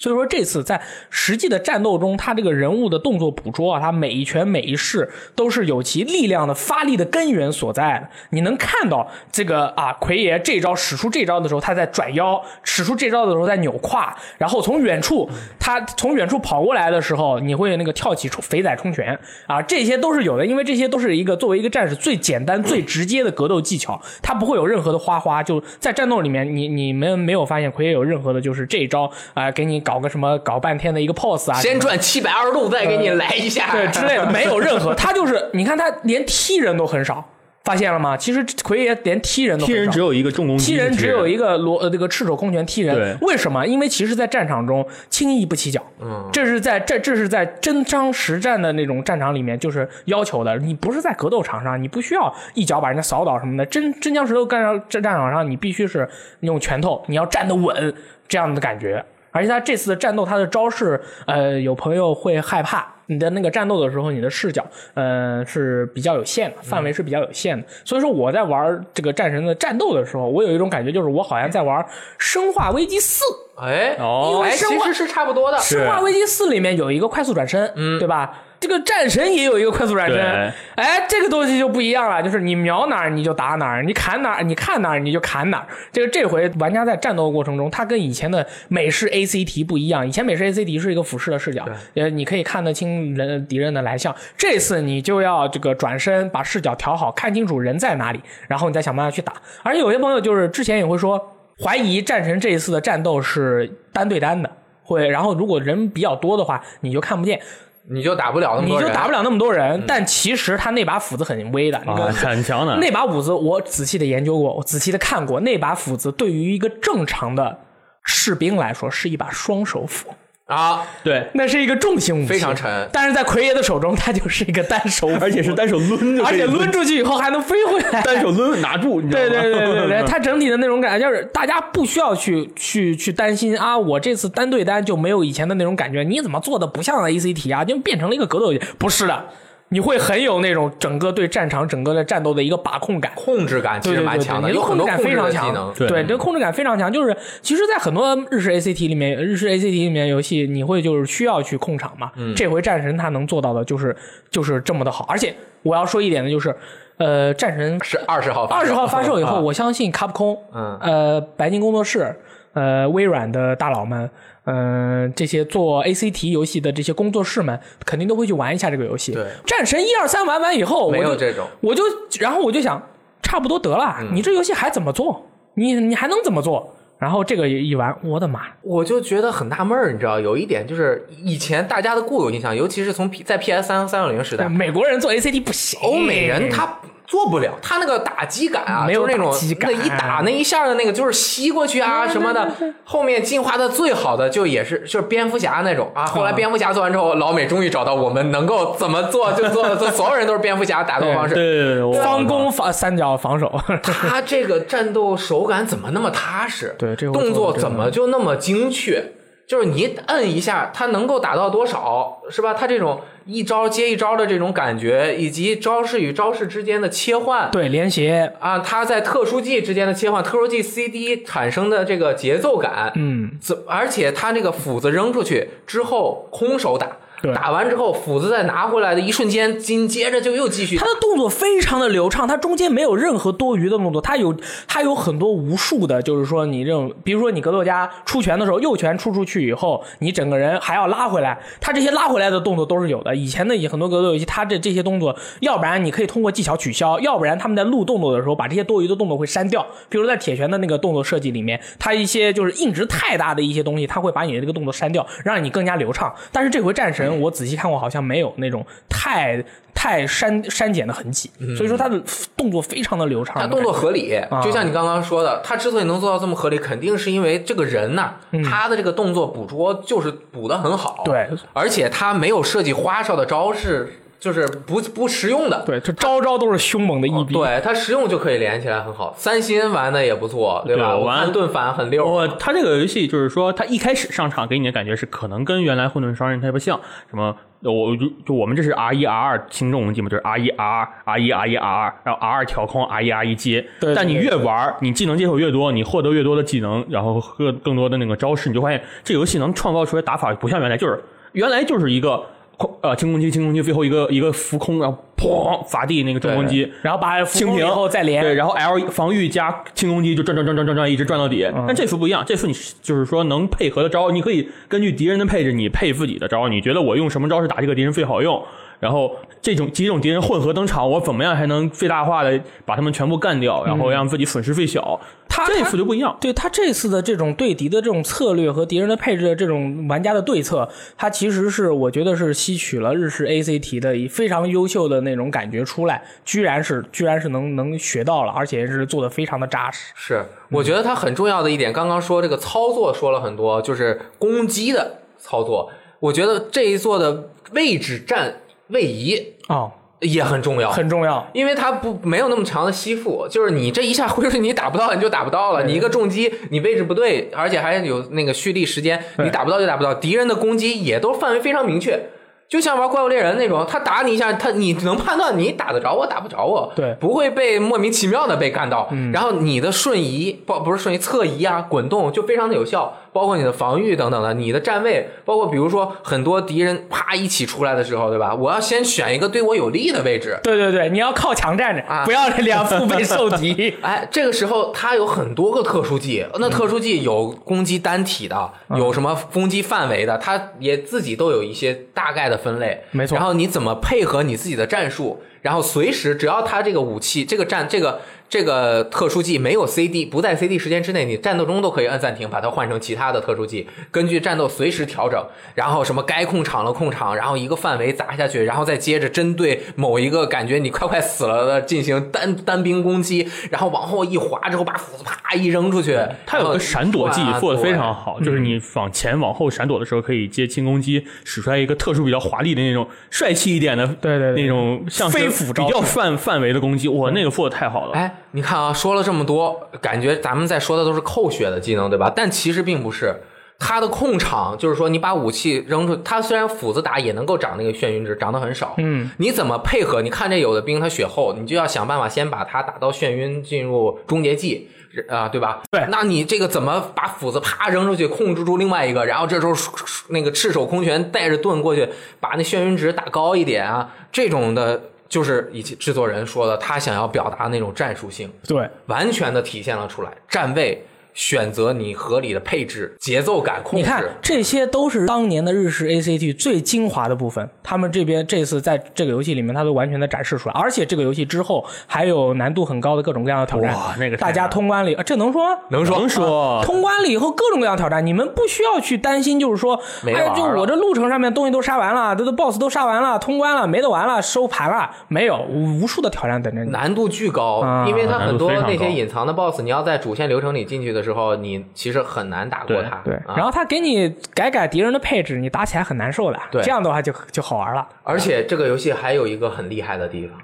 S2: 所以说这次在实际的战斗中，他这个人物的动作捕捉啊，他每一拳每一式都是有其力量的发力的根源所在的。你能看到这个啊，奎爷这招使出这招的时候，他在转腰；使出这招的时候在扭胯，然后从远处他从远处跑过来的时候，你会那个跳起冲肥仔冲拳啊，这些都是有的，因为这些都是一个作为一个战士最简单、最直接的格斗技巧，它不会有任何的花花。就在战斗里面，你你们没有发现奎爷有任何的，就是这一招啊、给你搞个什么搞半天的一个 pose 啊，
S1: 先转七百二十度，再给你来一下，
S2: 对之类的，没有任何， 他就是你看他连踢人都很少，发现了吗？其实奎爷连踢人都
S3: 踢
S2: 很
S3: 人
S2: 少
S3: 只。有一个重攻击，
S2: 踢人只有
S3: 个。
S2: 一个罗呃这个赤手空拳踢人，
S3: 对
S2: 为什么？因为其实，在战场中轻易不起脚，嗯，这是在这这是在真枪实战的那种战场里面就是要求的。你不是在格斗场上，你不需要一脚把人家扫倒什么的。真真枪实斗干上战战场上，你必须是用拳头，你要站得稳这样的感觉。而且他这次的战斗，他的招式，呃，有朋友会害怕。你的那个战斗的时候，你的视角，呃，是比较有限的，范围是比较有限的。所以说我在玩这个战神的战斗的时候，我有一种感觉，就是我好像在玩《生化危机四》。
S1: 哎，
S3: 哦
S1: 哎，
S2: 生
S1: 其
S2: 化
S1: 实是差不多的。
S2: 《生化危机四》里面有一个快速转身，嗯，对吧？这个战神也有一个快速转身
S3: 对，
S2: 哎，这个东西就不一样了，就是你瞄哪儿你就打哪儿，你砍哪儿你看哪儿你就砍哪儿。这个这回玩家在战斗过程中，它跟以前的美式 ACT 不一样，以前美式 ACT 是一个俯视的视角，呃，你可以看得清人敌人的来向。这次你就要这个转身，把视角调好，看清楚人在哪里，然后你再想办法去打。而且有些朋友就是之前也会说，怀疑战神这一次的战斗是单对单的。会，然后如果人比较多的话，你就看不见，
S1: 你就打不了那么
S2: 你
S1: 多人，
S2: 就打不了那么多人。但其实他那把斧子很威的，你
S3: 啊，
S2: 跟
S3: 很强的，
S2: 那把斧子我仔细的研究过，我仔细的看过，那把斧子对于一个正常的士兵来说是一把双手斧，
S1: 啊，
S3: 对，
S2: 那是一个重型武器，
S1: 非常沉
S2: 但是在奎爷的手中，他就是一个单手斧，
S3: 而且哎是单手抡着，
S2: 而且抡出去以后还能飞回来，
S3: 单手抡拿住，你知道
S2: 对
S3: 吗？
S2: 对对对 对，它整体的那种感觉就是大家不需要去去去担心啊，我这次单对单就没有以前的那种感觉，你怎么做的不像 ACT 啊，就变成了一个格斗游戏？不是的，你会很有那种整个对战场、整个的战斗的一个把控感。
S1: 控制感其
S2: 对
S1: 实
S2: 对对
S1: 蛮
S2: 对
S1: 强的，
S2: 你
S1: 有很多
S2: 控
S1: 控
S2: 制感非
S1: 制
S2: 常
S1: 的技
S2: 强
S1: 能，。
S3: 对
S2: 对，这个控制感非常强。就是其实，在很多日式 ACT 里面，日式 ACT 里面游戏，你会就是需要去控场嘛。
S1: 嗯
S2: 这回战神他能做到的就是就是这么的好，而且我要说一点的就是，呃，战神
S1: 是二十号发售，
S2: 二十号发售以后，
S1: 啊
S2: 我相信 Capcom，
S1: 嗯
S2: 呃，白金工作室，呃，微软的大佬们，嗯、这些做 ACT 游戏的这些工作室们，肯定都会去玩一下这个游戏。
S1: 对
S2: 战神一二三玩完以后，
S1: 没
S2: 我
S1: 有
S2: 就
S1: 这种，嗯
S2: 我就然后我就想，差不多得了，你这游戏还怎么做？你你还能怎么做？然后这个一玩，我的妈！
S1: 我就觉得很纳闷儿，你知道，有一点就是以前大家的固有印象，尤其是从 P 在 PS 三三六零时代，
S2: 美国人做 ACD 不行，
S1: 欧美人他做不了，他那个打击感啊，
S2: 没有
S1: 就是那种
S2: 打击感
S1: 那一打那一下的那个就是吸过去啊什么的。后面进化的最好的就也是就是蝙蝠侠那种啊。后
S2: 嗯
S1: 来蝙蝠侠做完之后，老美终于找到我们能够怎么做就做，就所有人都是蝙蝠侠打斗方
S3: 对
S1: 式。
S3: 对对，我
S2: 方攻防三角防守，
S1: 他这个战斗手感怎么那么踏实？
S2: 对这个我
S1: 动
S2: 做
S1: 作
S2: 得
S1: 怎么就那么精确？就是你摁一下，它能够打到多少，是吧？它这种一招接一招的这种感觉，以及招式与招式之间的切换，
S2: 对连携，
S1: 啊，它在特殊技之间的切换，特殊技 CD 产生的这个节奏感，
S2: 嗯，
S1: 怎而且它那个斧子扔出去之后空手打
S2: 对，
S1: 打完之后斧子再拿回来的一瞬间，紧接着就又继续
S2: 他。的动作非常的流畅，他中间没有任何多余的动作，他有他有很多无数的，就是说你这种，比如说你格斗家出拳的时候，右拳出出去以后，你整个人还要拉回来，他这些拉回来的动作都是有的。以前的也很多格斗游戏，他这这些动作，要不然你可以通过技巧取消，要不然他们在录动作的时候把这些多余的动作会删掉。比如在铁拳的那个动作设计里面，它一些就是硬值太大的一些东西，它会把你的这个动作删掉，让你更加流畅。但是这回战神，我仔细看过，好像没有那种太太删删减的痕迹，所以说他的动作非常的流畅。
S1: 嗯它动作合理，就像
S2: 啊
S1: 你刚刚说的，他之所以能做到这么合理，肯定是因为这个人呐、他的这个动作捕捉就是捕得很好，
S2: 嗯对，
S1: 而且他没有设计花哨的招式，就是不不实用的，
S2: 对，这招招都是凶猛的一逼。
S1: 哦对它实用就可以连起来，很好。三星玩的也不错，对吧？
S3: 对
S1: 我
S3: 玩
S1: 看盾反很溜。
S3: 我他这个游戏就是说，他一开始上场给你的感觉是可能跟原来混沌双刃它不像，什么我就就我们这是 R 一 R 二轻重容器嘛，就是 R 一 R 二 R 一 R 一 R 二，然后 R 二调控 R 一 R 一接。
S2: 对
S3: 但你
S2: 对
S3: 越玩儿，你技能接手越多，你获得越多的技能，然后和更多的那个招式，你就发现这游戏能创造出来打法不像原来，就是原来就是一个。呃，轻攻击，轻攻击，最后一个一个浮空，然后砰砸地那个重攻击，
S2: 然后把
S3: 蜻
S2: 清
S3: 蜓
S2: 以后再连，
S3: 对，然后 L 防御加轻攻击就转转转转转转一直转到底。但这副不一样，这副你就是说能配合的招，你可以根据敌人的配置你配自己的招，你觉得我用什么招式打这个敌人最好用。然后这种几种敌人混合登场，我怎么样才能最大化的把他们全部干掉，然后让自己损失最小？
S2: 他
S3: 嗯这
S2: 他
S3: 副就不一样。
S2: 对他这次的这种对敌的这种策略和敌人的配置的这种玩家的对策，他其实是我觉得是吸取了日式 ACT 的一非常优秀的那种感觉出来，居然是居然是能能学到了，而且是做的非常的扎实。
S1: 是，我觉得它很重要的一点，刚刚说这个操作说了很多，就是攻击的操作。我觉得这一座的位置站位移
S2: 哦，
S1: 也很重要，
S2: 很重要。
S1: 因为它不没有那么强的吸附，就是你这一下回去你打不到你就打不到了，你一个重击你位置不对，而且还有那个蓄力时间，你打不到就打不到，敌人的攻击也都范围非常明确。就像玩怪物猎人那种，他打你一下，他你能判断你打得着我，打不着我，
S2: 对
S1: 不会被莫名其妙的被干到。然后你的瞬移不不是瞬移侧移啊，滚动就非常的有效，包括你的防御等等的，你的站位，包括比如说很多敌人啪一起出来的时候，对吧？我要先选一个对我有利的位置，
S2: 对对对，你要靠墙站着，
S1: 啊。
S2: 不要两腹背受敌
S1: 哎，这个时候它有很多个特殊技，那特殊
S2: 嗯
S1: 技有攻击单体的，有什么攻击范围的，它也自己都有一些大概的分类。
S2: 没错
S1: 然后你怎么配合你自己的战术，然后随时只要它这个武器、这个战、这个这个特殊技没有 CD，不在 CD 时间之内，你战斗中都可以按暂停，把它换成其他的特殊技，根据战斗随时调整。然后什么该控场了控场，然后一个范围砸下去，然后再接着针对某一个感觉你快快死了的进行 单单兵攻击，然后往后一滑之后把斧子啪一扔出去，
S3: 它有
S1: 然后
S3: 个闪躲技
S2: 哦
S1: 哇
S3: 做的非
S1: 对
S3: 常好，就是你往前往后闪躲的时候，可以接轻攻击，使出来一个特殊比较华丽的那种帅气一点的，
S2: 对对对
S3: 那种像是
S2: 飞斧招
S3: 比较范范围的攻击，哇，那个做的太好了。
S1: 哎，你看啊，说了这么多，感觉咱们在说的都是扣血的技能，对吧？但其实并不是。它的控场就是说，你把武器扔出，它虽然斧子打也能够长那个眩晕值，长得很少。嗯，你怎么配合？你看这有的兵他血厚，你就要想办法先把他打到眩晕进入终结技，啊、对吧？
S2: 对
S1: 那你这个怎么把斧子啪扔出去，控制住另外一个，然后这时候唰唰唰那个赤手空拳带着盾过去，把那眩晕值打高一点啊？这种的，就是以及制作人说的，他想要表达那种战术性，
S2: 对，
S1: 完全的体现了出来。站位、选择你合理的配置、节奏感控
S2: 你
S1: 制。
S2: 看，这些都是当年的日式 ACT 最精华的部分。他们这边这次在这个游戏里面，它都完全的展示出来。而且这个游戏之后还有难度很高的各种各样的挑战。
S3: 哇那个太难了哦
S2: 大家通关了以，啊，这能说吗？
S1: 能说啊
S3: 能说
S2: 通关了以后，各种各样的挑战，你们不需要去担心，就是说，
S1: 没得
S2: 哎，
S1: 玩
S2: 就
S1: 了
S2: 我这路程上面东西都杀完了，这都 BOSS 都杀完了，通关了，没得玩了，收盘了，没有无数的挑战等着你。
S1: 难度巨高，
S2: 啊
S1: 因为它
S3: 难
S1: 很
S3: 度
S1: 多
S3: 非常
S1: 那
S3: 高
S1: 些隐藏的 BOSS，你要在主线流程里进去的时候，你其实很难打过
S3: 对
S1: 它。
S2: 对，
S1: 啊、
S2: 然后他给你改改敌人的配置，你打起来很难受的。
S1: 对
S2: 这样的话就就好玩了。
S1: 而且这个游戏还有一个很厉害的地方，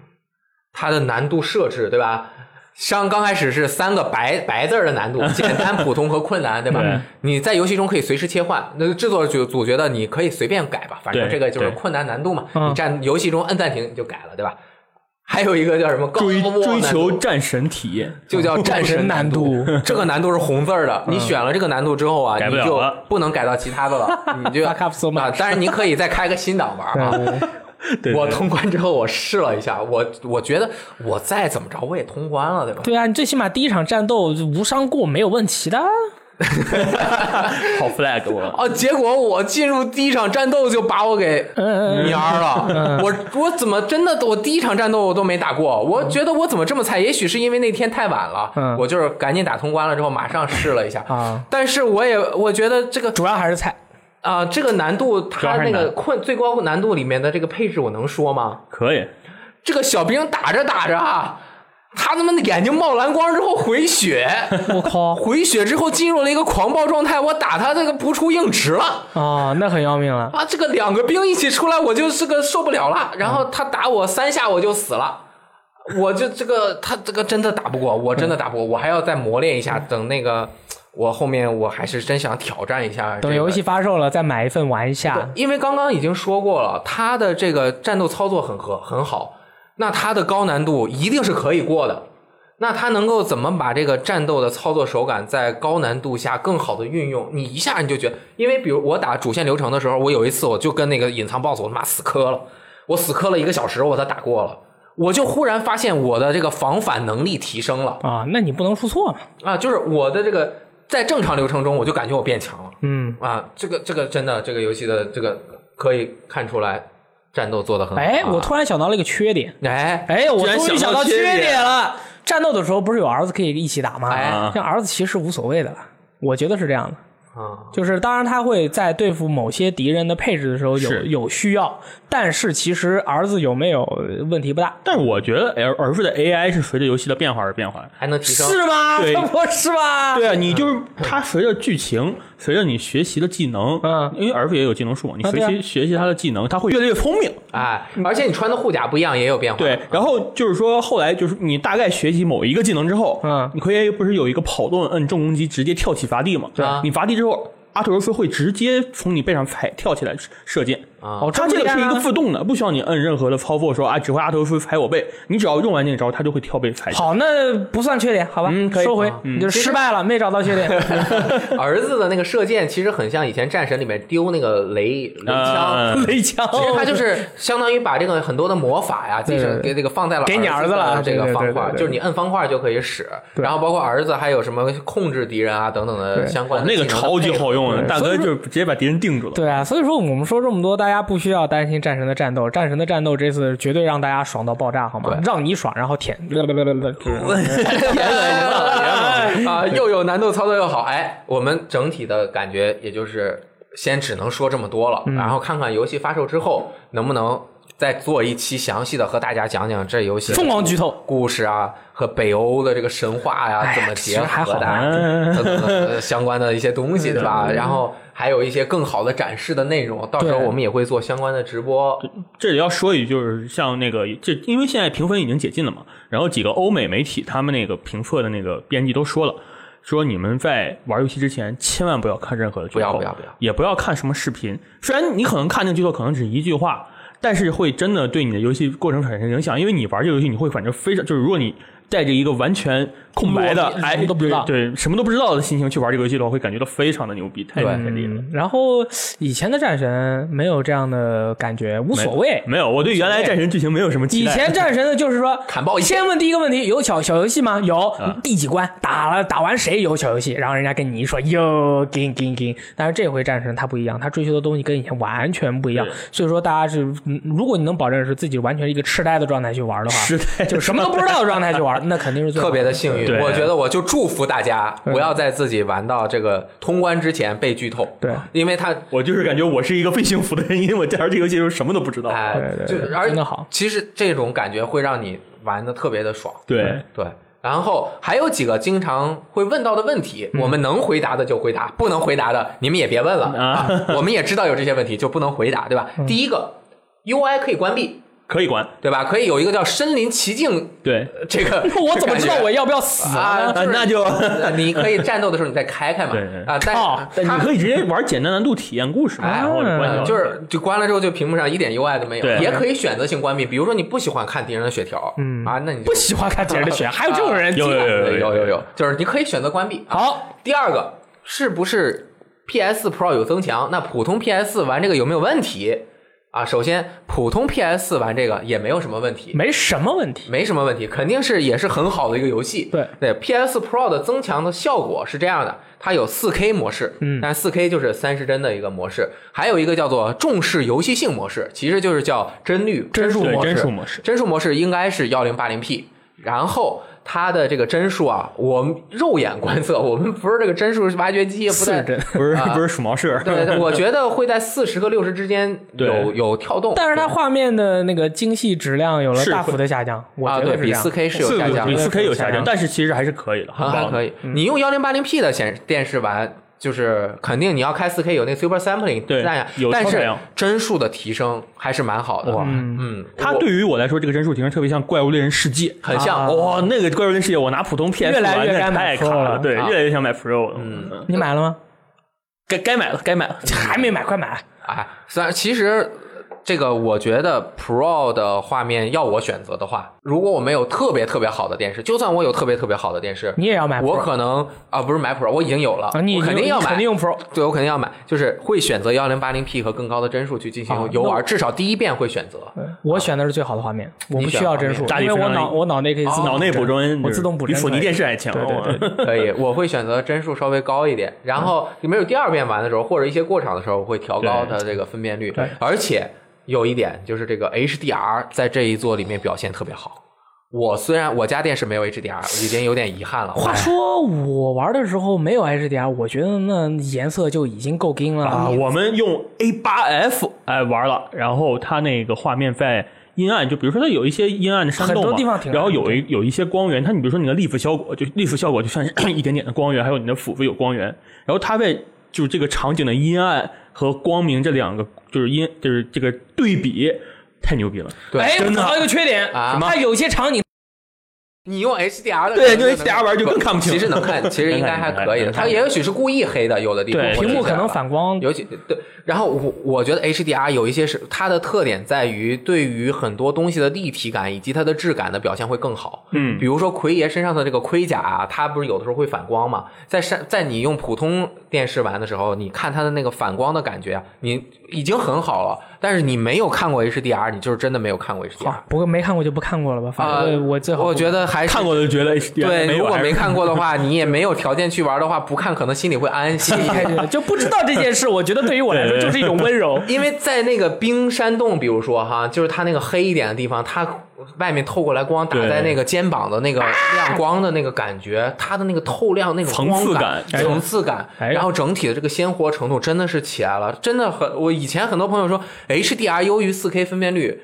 S1: 它的难度设置，对吧？像刚开始是三个白白字儿的难度，简 单、普通和困难，对吧？
S3: 对
S1: 你在游戏中可以随时切换，那个制作组组觉得你可以随便改吧，反正
S3: 对
S1: 这个就是
S3: 对
S1: 困难难度嘛，
S2: 嗯
S1: 你站游戏中摁暂停你就改了，对吧？还有一个叫什么高
S3: 追
S1: 难度
S3: 追求战神体验，
S1: 就 叫战神难
S2: 战神难，
S1: 这个难度是红字儿的。你选了这个难度之后啊，
S3: 嗯改不
S1: 你
S3: 了
S1: 就
S3: 了
S1: 不能改到其他的 了，你就
S2: Fuck up so much
S1: 啊，但是你可以再开个新档玩啊。
S3: 对
S1: 我通关之后，我试了一下，我我觉得我再怎么着我也通关了，对吧？
S2: 对啊，你最起码第一场战斗无伤过没有问题的。
S3: 好 flag 我。
S1: 啊，结果我进入第一场战斗就把我给
S2: 嗯，
S1: 蔫儿了。 我我怎么真的我第一场战斗我都没打过？我觉得我怎么这么菜？也许是因为那天太晚了，
S2: 嗯
S1: 我就是赶紧打通关了之后马上试了一下
S2: 啊。
S1: 但是我也我觉得这个
S2: 主要还是菜。
S1: 啊、这个难度
S3: 主要
S1: 它
S3: 还
S1: 那
S3: 是
S1: 个
S3: 难
S1: 困最高难度里面的这个配置，我能说吗？
S3: 可以，
S1: 这个小兵打着打着啊，他他妈的眼睛冒蓝光之后回 血，
S2: 我靠
S1: 回血之后进入了一个狂暴状态，我打他这个不出硬直了。
S2: 啊，那很要命了。
S1: 啊，这个两个兵一起出来，我就是个受不了了。然后他打我三下，我就死了。我就这个，他这个真的打不过，我真的打不过，我还要再磨练一下。等那个，我后面我还是真想挑战一下、
S2: 等游戏。发售了再买一份玩一下。
S1: 因为刚刚已经说过了，他的这个战斗操作很合很好，那他的高难度一定是可以过的。那他能够怎么把这个战斗的操作手感在高难度下更好的运用？你一下你就觉得，因为比如我打主线流程的时候，我有一次我就跟那个隐藏 BOSS 我他妈死磕了，我死磕了一个小时我才打过了，我就忽然发现我的这个防反能力提升了
S2: 啊，那你不能出错嘛。
S1: 啊，就是我的这个在正常流程中我就感觉我变强了。
S2: 嗯，
S1: 啊，这个这个真的，这个游戏的这个可以看出来战斗做的很好啊。
S2: 哎，我突然想到了一个缺点。
S1: 哎，
S2: 哎，我
S3: 居然
S2: 终于
S3: 想
S2: 到
S3: 到
S2: 缺
S3: 缺点
S2: 点了。战斗的时候不是有儿子可以一起打吗？
S1: 哎
S2: 像儿子其实无所谓的了，我觉得是这样的。
S1: 啊，
S2: 就是当然他会在对付某些敌人的配置的时候有
S3: 是
S2: 有需要，但是其实儿子有没有呃问题不大，
S3: 但是我觉得儿儿子的 AI 是随着游戏的变化而变化的。
S1: 还能提升。
S2: 是吗？
S3: 对
S2: 不是吧？
S3: 对啊，你就是
S1: 嗯
S3: 它随着剧情，随着你学习的技能，
S2: 嗯
S3: 因为儿子也有技能树嘛，你
S2: 啊对
S3: 学
S2: 啊
S3: 习学习他的技能，他会越来越聪明。
S1: 哎，而且你穿的护甲不一样，也有变化。
S3: 对，然后就是说，后来就是你大概学习某一个技能之后，
S2: 嗯
S3: 你可以不是有一个跑动摁重攻击直接跳起伐地嘛？
S1: 对啊
S3: 你伐地之后，阿特柔斯会直接从你背上踩跳起来射射箭。
S1: 啊，
S2: 哦，
S3: 它这个
S2: 么
S3: 是
S2: 厉
S3: 一
S2: 害吗
S3: 个自动的，不需要你摁任何的操作，说啊，只会阿特柔斯踩我背，你只要用完那招，它就会跳背踩。
S2: 好，那不算缺点，好吧？
S3: 嗯可以
S2: 收回，你就
S1: 其实
S2: 失败了，没找到 缺点。
S1: 儿子的那个射箭其实很像以前战神里面丢那个雷雷枪。
S3: 呃，
S2: 雷枪，
S1: 其实它就是相当于把这个很多的魔法呀，
S2: 对
S1: 这
S2: 对
S1: 是
S2: 对
S1: 给这个放在了
S2: 给你儿子
S1: 子
S2: 了
S1: 的这个
S2: 对对对
S1: 方
S2: 对
S1: 块，
S2: 对对
S1: 就是你摁方块就可以使。然后包括儿子还有什么控制敌人啊等等
S2: 对
S1: 的相关
S3: 哇
S1: 的
S3: 哦那个
S1: 技能的
S3: 超级
S1: 配合
S3: 好用的，
S2: 对
S3: 大
S2: 所以
S3: 哥
S2: 说
S3: 就是直接把敌人定住了。
S2: 对啊，所以说我们说这么多，大家不需要担心战神的战斗，战神的战斗这次绝对让大家爽到爆炸，好吗？
S1: 对
S2: 让你爽，然后舔，
S1: 啊，
S2: 哎
S1: 又有难度，操作又好。哎，我们整体的感觉也就是先只能说这么多
S2: 嗯
S1: 了，然后看看游戏发售之后能不能再做一期详细的和大家讲讲这游戏
S2: 疯狂剧透。
S1: 故事啊和北欧的这个神话呀、
S2: 哎呀
S1: 怎么结
S2: 其实还
S1: 合
S2: 好嗯
S1: 的
S3: 玩
S1: 啊，等等 呃相关的一些东西，对吧？然后还有一些更好的展示的内容，到时候
S2: 对
S1: 我们也会做相关的直播。
S3: 这里要说一句，就是像那个这，因为现在评分已经解禁了嘛，然后几个欧美媒体他们那个评测的那个编辑都说了，说你们在玩游戏之前千万不要看任何的剧透，
S1: 不要不要不要
S3: 也不要看什么视频。虽然你可能看那个剧透，可能只是一句话，但是会真的对你的游戏过程产生影响，因为你玩这个游戏，你会反正非常就是如果你带着一个完全空白的，
S2: 落
S3: 哎，
S2: 什么都不知道
S3: 对，对什么都不知道的心情去玩这个游戏的话，会感觉到非常的牛逼，太
S1: 对
S3: 太厉害了。
S2: 嗯然后以前的战神没有这样的感觉，无所谓。
S3: 没有，我对原来战神剧情没有什么期
S2: 以
S3: 待。
S2: 前战神呢，就是说
S1: 砍爆一切
S2: 先问第一个问题，有小小游戏吗？有
S3: 啊，
S2: 第几关打了，打完谁有小游戏？然后人家跟你一说哟，给给给。但是这回战神它不一样，它追求的东西跟以前完全不一样
S3: 对。
S2: 所以说大家是，嗯如果你能保证是自己完全是一个痴呆的状态去玩的话，
S3: 痴呆
S2: 就是什么都不知道的状态去玩，那肯定是最好
S1: 特别 的幸运
S3: 对。
S1: 我觉得我就祝福大家不要在自己玩到这个通关之前被剧透。
S2: 对，
S1: 因为他
S3: 我就是感觉我是一个被幸福的人，因为我在玩这个游戏的时候什么都不知道。
S1: 哎
S2: 对，对对
S1: 就而
S2: 哦真的好
S1: 其实这种感觉会让你玩的特别的爽。
S3: 对，
S1: 对，然后还有几个经常会问到的问题，
S2: 嗯
S1: 我们能回答的就回答，不能回答的你们也别问了
S3: 啊
S1: 啊。我们也知道有这些问题，就不能回答，对吧？
S2: 嗯
S1: 第一个，UI 可以关闭，
S3: 可以关。
S1: 对吧？可以有一个叫身临其境，
S3: 对，
S1: 呃这个
S2: 我怎么知道我要不要 死
S1: 啊
S2: 呢？
S1: 就是
S3: 那就
S1: 呃你可以战斗的时候你再开开嘛
S3: 对对
S1: 啊，但
S2: 哦
S1: 是
S3: 但
S1: 它
S3: 你可以直接玩简单难度体验故事嘛，
S2: 哎
S3: 然后关掉。
S2: 啊
S1: 就是就关了之后，就屏幕上一点 UI 都没有，
S3: 对
S1: 也可以选择性关闭。比如说你不喜欢看敌人的血条，嗯啊，那你就
S2: 不喜欢看别人的血，还有这种人，
S3: 有有有
S1: 对有有有，就是你可以选择关闭。啊，
S2: 好。
S1: 第二个是不是 PS Pro 有增强？那普通 PS 玩这个有没有问题啊？首先，普通 PS 玩这个也没有什么问题，
S2: 没什么问题。
S1: 没什么问题，肯定是也是很好的一个游戏。
S2: 对
S1: 对，PS Pro 的增强的效果是这样的，它有 4K 模式，嗯，但 4K 就是三十帧的一个模式，还有一个叫做重视游戏性模式，其实就是叫帧率帧数
S3: 对
S1: 模式。
S3: 帧数模式
S1: 帧数模式应该是幺零八零 P，然后。它的这个帧数啊，我们肉眼观测，我们不是这个帧数挖掘机，也不
S2: 四
S1: 在
S2: 十帧，
S3: 不是
S1: 啊
S3: 不是鼠毛社，
S1: 对，对我觉得会在四十和六十之间有
S3: 对
S1: 有跳动，
S2: 但是它画面的那个精细质量有了
S3: 是
S2: 大幅的下降，我
S1: 啊，
S2: 觉
S1: 对
S2: 得是这
S1: 比
S2: 样
S1: 四。K 是有下降的
S3: 比，
S2: 对
S3: 四 K 有下
S2: 下降
S3: 降，但是其实还是可以的，很
S1: 啊，还
S3: 棒。
S1: 可
S3: 以。
S1: 以。你用幺零八零 P 的显电视玩，就是肯定你要开四 K 有那 Super Sampling
S3: 对
S1: 那样
S3: 有，
S1: 但
S3: 超采
S1: 是
S3: 样
S1: 帧数的提升还是蛮好的。嗯，
S3: 它
S1: 我
S3: 对于我来说，这个帧数提升特别像《怪物猎人世界》，
S1: 很像
S3: 哇、那个《怪物猎人世界》，我拿普通 PS
S2: 越来
S3: 玩
S2: 越
S3: 那
S2: 该买
S3: 太卡
S2: Pro 了
S3: 对，
S1: 啊
S3: 越来越想买 Pro 了。嗯，
S2: 你买了吗？
S3: 该该买了，该买了。
S2: 还没买，快买！
S1: 哎，虽然其实。这个我觉得 Pro 的画面要我选择的话，如果我没有特别特别好的电视，就算我有特别特别好的电视，
S2: 你也要买 Pro
S1: 我可能啊不是买 Pro，我已经有了，
S2: 啊，你
S1: 我肯定要
S2: 你
S1: 买，
S2: 肯定用 Pro。
S1: 对我肯定要买，就是会选择幺零八零 P 和更高的帧数去进行游玩，至少第一遍会选择。
S2: 我选的是最好的画面，我不需要帧数，
S3: 大
S2: 因
S3: 理
S2: 为
S3: 非
S2: 我
S3: 常
S2: 脑我脑内可以自动
S3: 哦脑内补帧，
S2: 哦我自动补
S3: 比
S2: 帧
S3: 索尼
S2: 可以
S3: 电视还强。哦
S2: 对对对
S1: 可以，我会选择帧数稍微高一点，然后你们有第二遍玩的时候，或者一些过场的时候，我会调高它这个分辨率。而且有一点就是这个 HDR 在这一座里面表现特别好。我虽然我家电视没有 HDR，已经有点遗憾了。哎
S2: 话说我玩的时候没有 HDR，我觉得那颜色就已经够硬了。
S3: 啊，我们用 A 八 F 哎玩了，然后它那个画面在阴暗，就比如说它有一些阴暗的山洞
S2: 很
S3: 嘛，
S2: 多地方挺暗
S3: 然后有一有一些光源，它你比如说你的立幅效果，就立幅效果就像是 一点点的光源，还有你的斧子有光源，然后它在就是这个场景的阴暗和光明这两个就是阴就是这个对比太牛逼了，
S1: 对
S2: 哎，我
S3: 真的
S2: 找一个缺点，
S1: 啊
S2: 它有些场景
S1: 你用 HDR 的
S3: 对
S1: 可能
S3: 用 HDR 玩就更看不清
S1: 其实能看，其实应该还可以的。
S3: 能看能看
S1: 它也许是故意黑的，有的地方
S3: 对
S1: 我啊
S2: 屏幕
S1: 记起
S2: 可
S1: 来
S2: 能
S1: 了
S2: 反光
S1: 尤其对，然后我我觉得 HDR 有一些是它的特点在于对于很多东西的立体感以及它的质感的表现会更好。嗯，比如说奎爷身上的这个盔甲啊，它不是有的时候会反光嘛，在山在你用普通电视玩的时候，你看它的那个反光的感觉啊，你已经很好了。但是你没有看过 HDR，你就是真的没有看过 HDR
S2: 啊。，不过没看过就不看过了吧。反
S1: 啊、
S2: 正呃我我最好
S1: 我觉得还是
S3: 看过的就觉得哎 HDR
S1: 对，如果
S3: 还是
S1: 没看过的话，你也没有条件去玩的话，不看可能心里会安心一点。
S2: 得就不知道这件事，我觉得对于我来说就是一种温 柔。
S1: 因为在那个冰山洞，比如说哈，就是它那个黑一点的地方，它外面透过来光打
S3: 对
S1: 在那个肩膀的那个亮光的那个感觉，它的那个透亮那种
S3: 层
S1: 光
S3: 次
S1: 感、
S3: 感
S1: 层次感，
S2: 哎
S1: 然后整体的这个鲜活程度真的是起来了，真的很。我以前很多朋友说 HDR 优于 4K 分辨率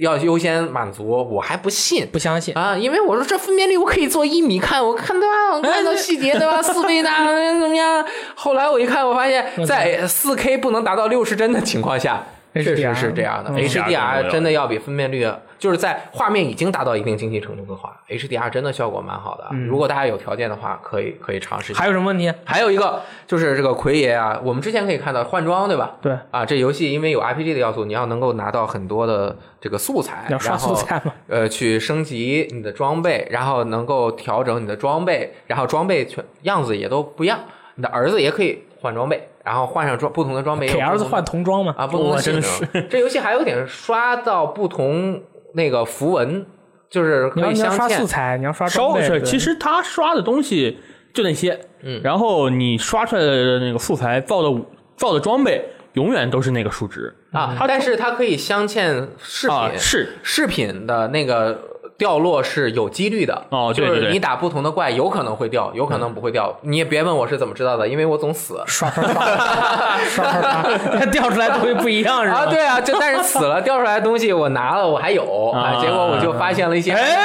S1: 要优先满足，我还不信，
S2: 不相信，
S1: 啊，因为我说这分辨率我可以做一米看，我看对吧？我看到细节对吧？四倍大嗯
S2: 嗯
S1: 怎么样？后来我一看，我发现在四 K 不能达到六十帧的情况下，确实是这样
S2: 样。
S1: 的。
S3: 嗯
S1: HDR 真的要比分辨率，就是在画面已经达到一定精细程度的话，HDR 真的效果蛮好的。如果大家有条件的话，可以可以尝试一下。
S2: 嗯还有什么问题？
S1: 还有一个就是这个奎爷啊，我们之前可以看到换装对吧？
S2: 对
S1: 啊，这游戏因为有 RPG 的要素，你要能够拿到很多的这个素材，
S2: 要刷
S1: 然后
S2: 素材吗
S1: 呃，去升级你的装备，然后能够调整你的装备，然后装备全样子也都不一样。你的儿子也可以换装备，然后换上装不同的装备也有
S2: 给
S1: 不同的，
S2: 儿子换童装嘛？
S1: 啊，不同
S3: 哇
S1: 的
S3: 真的
S1: 性能这游戏还有点刷到不同那个符文，就是可
S2: 你要
S1: 以
S2: 你要
S1: 镶
S2: 刷
S1: 嵌
S2: 素。材，你要刷
S3: 烧
S2: 装
S3: 过
S2: 备
S3: 去，
S2: 对
S3: 其实他刷的东西就那些，
S1: 嗯
S3: 然后你刷出来的那个素材造的造的装备永远都是那个数值
S1: 啊，但是它可以镶嵌饰品，
S3: 啊，是
S1: 饰品的那个掉落是有几率的
S3: 哦对对
S1: 就是
S3: 对
S1: 你打不同的怪，有可能会掉，有可能不会掉。你也别问我是怎么知道的，因为我总死。
S2: 刷 刷刷刷刷刷，掉出来东西不一样是吧？
S1: 啊，对啊，就但 是死了掉出来的东西我拿了，我还有
S3: 啊
S1: 啊，结果我就发现了一些
S3: 哎
S1: 能够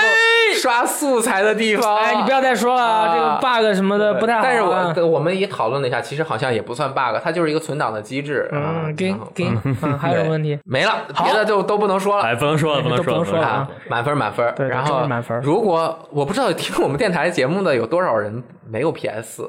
S1: 刷素材的地方。
S2: 哎，你不要再说了，
S1: 啊
S2: 这个 bug 什么的不太好啊。
S1: 但是我跟我们也讨论了一下，其实好像也不算 bug，它就是一个存档的机制。啊
S2: 嗯，给
S1: 然后
S2: 给，嗯，还有什么问题？
S1: 没了，别的就都不能说了。
S3: 哎，不能说了，不能说
S2: 都
S3: 了，
S2: 不能说了
S1: 啊，满分满分。
S2: 对
S1: 然
S2: 真
S1: 后
S2: 是满分
S1: 如果我不知道听我们电台节目的有多少人没有 PS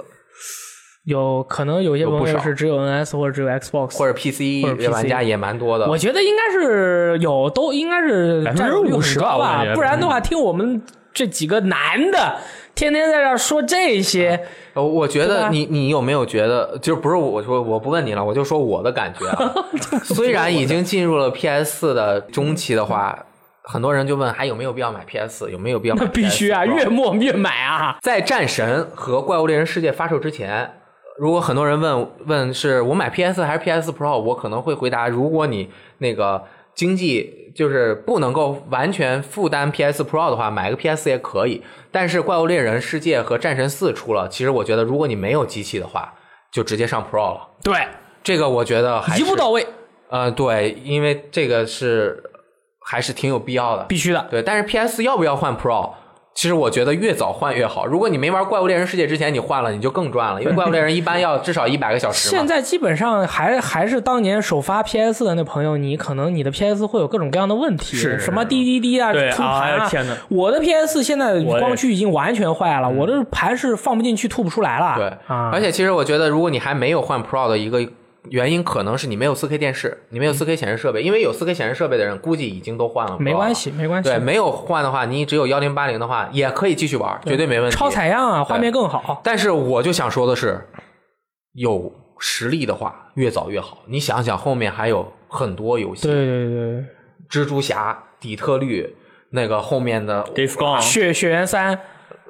S2: 有可能有些
S1: 有不
S2: 朋友
S1: 少
S2: 是只有 NS 或者只有 Xbox，
S1: 或者 PC
S2: 或者 PC
S1: 玩家也蛮多的。
S2: 我觉得应该是有，都应该是
S3: 百分之
S2: 占有率很
S3: 50
S2: 高
S3: 吧我
S2: 吧
S3: 感觉，嗯
S2: 不然的话，听我们这几个男的天天在这儿说这些，
S1: 呃我觉
S2: 对吧
S1: 得你你有没有觉得，就不是我说我不问你了，我就说我的感觉 啊。虽然已经进入了 PS 四的中期的话，很多人就问还有没有必要买 PS，有没有必要买
S2: 那
S1: PS？
S2: 必须 啊，越末越买啊。
S1: 在《战神》和《怪物猎人世界》发售之前，如果很多人问问是我买 PS 还是 PS Pro，我可能会回答：如果你那个经济就是不能够完全负担 PS Pro 的话，买个 PS 也可以。但是《怪物猎人世界》和《战神四》出了，其实我觉得如果你没有机器的话，就直接上 Pro 了。
S2: 对，
S1: 这个我觉得还是
S2: 一步到位，
S1: 呃对，因为这个是还是挺有必要的。
S2: 必须的。
S1: 对，但是 PS 要不要换 Pro？其实我觉得越早换越好。如果你没玩《怪物猎人世界》之前，你换了你就更赚了， 因为《怪物猎人》一般要至少一百个小时
S2: 现
S1: 嘛。
S2: 在基本上还还是当年首发 PS 的那朋友，你可能你的 PS 会有各种各样的问题，
S3: 是
S2: 什么滴滴滴啊、
S3: 对
S2: 出盘
S3: 哎
S2: 啊
S3: 呦天哪。
S2: 我的 PS 现在
S3: 我也嗯
S2: 光驱已经完全坏了，我这盘是放不进去、吐不出来了。
S1: 对，
S2: 啊，
S1: 而且其实我觉得，如果你还没有换 Pro 的一个原因，可能是你没有 4K 电视，你没有 4K 显示设备，因为有 4K 显示设备的人估计已经都换了。
S2: 没关。系，没关系
S1: 对，，没有换的话，你只有幺零八零的话，也可以继续玩，绝对没问题。
S2: 超采样啊，画面更好。
S1: 但是我就想说的是，有实力的话，越早越好。你想想，后面还有很多游戏，
S2: 对对
S3: 嗯
S2: 对
S1: 蜘蛛侠、底特律那个后面的
S3: ，Dave Gone，
S2: 对，血血缘三，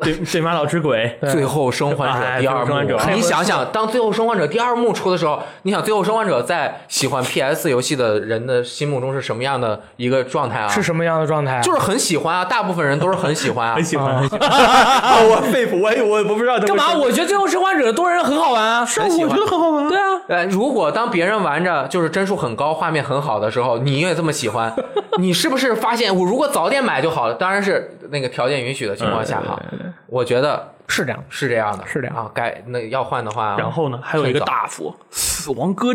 S3: 对对马老之 鬼，
S2: 对
S1: 最后生还者第二
S3: 哎最后生还者
S1: 幕，
S3: 哎
S1: 你想想，当最后生还者第二幕出的时候，你想最后生还者在喜欢 PS 游戏的人的心目中是什么样的一个状态啊？
S2: 是什么样的状态？
S1: 就是很喜欢啊，大部分人都是很喜欢啊
S3: 很。喜欢，很喜欢 我肺腑，我也我不知道
S2: 干嘛？我觉得《最后生还者》多人很好玩啊，
S3: 是我觉得很好玩，
S2: 对啊，
S1: 呃，如果当别人玩着就是帧数很高、画面很好的时候，你也这么喜 欢，你是不是发现我如果早点买就好了？当然是那个条件允许的情
S3: 嗯
S1: 况下哈，我觉得
S2: 是这样。
S1: 是这样的，
S2: 是这样
S1: 啊。该那要换的话，
S3: 然后呢，还有一个
S1: 趁早
S3: 大佛，死亡搁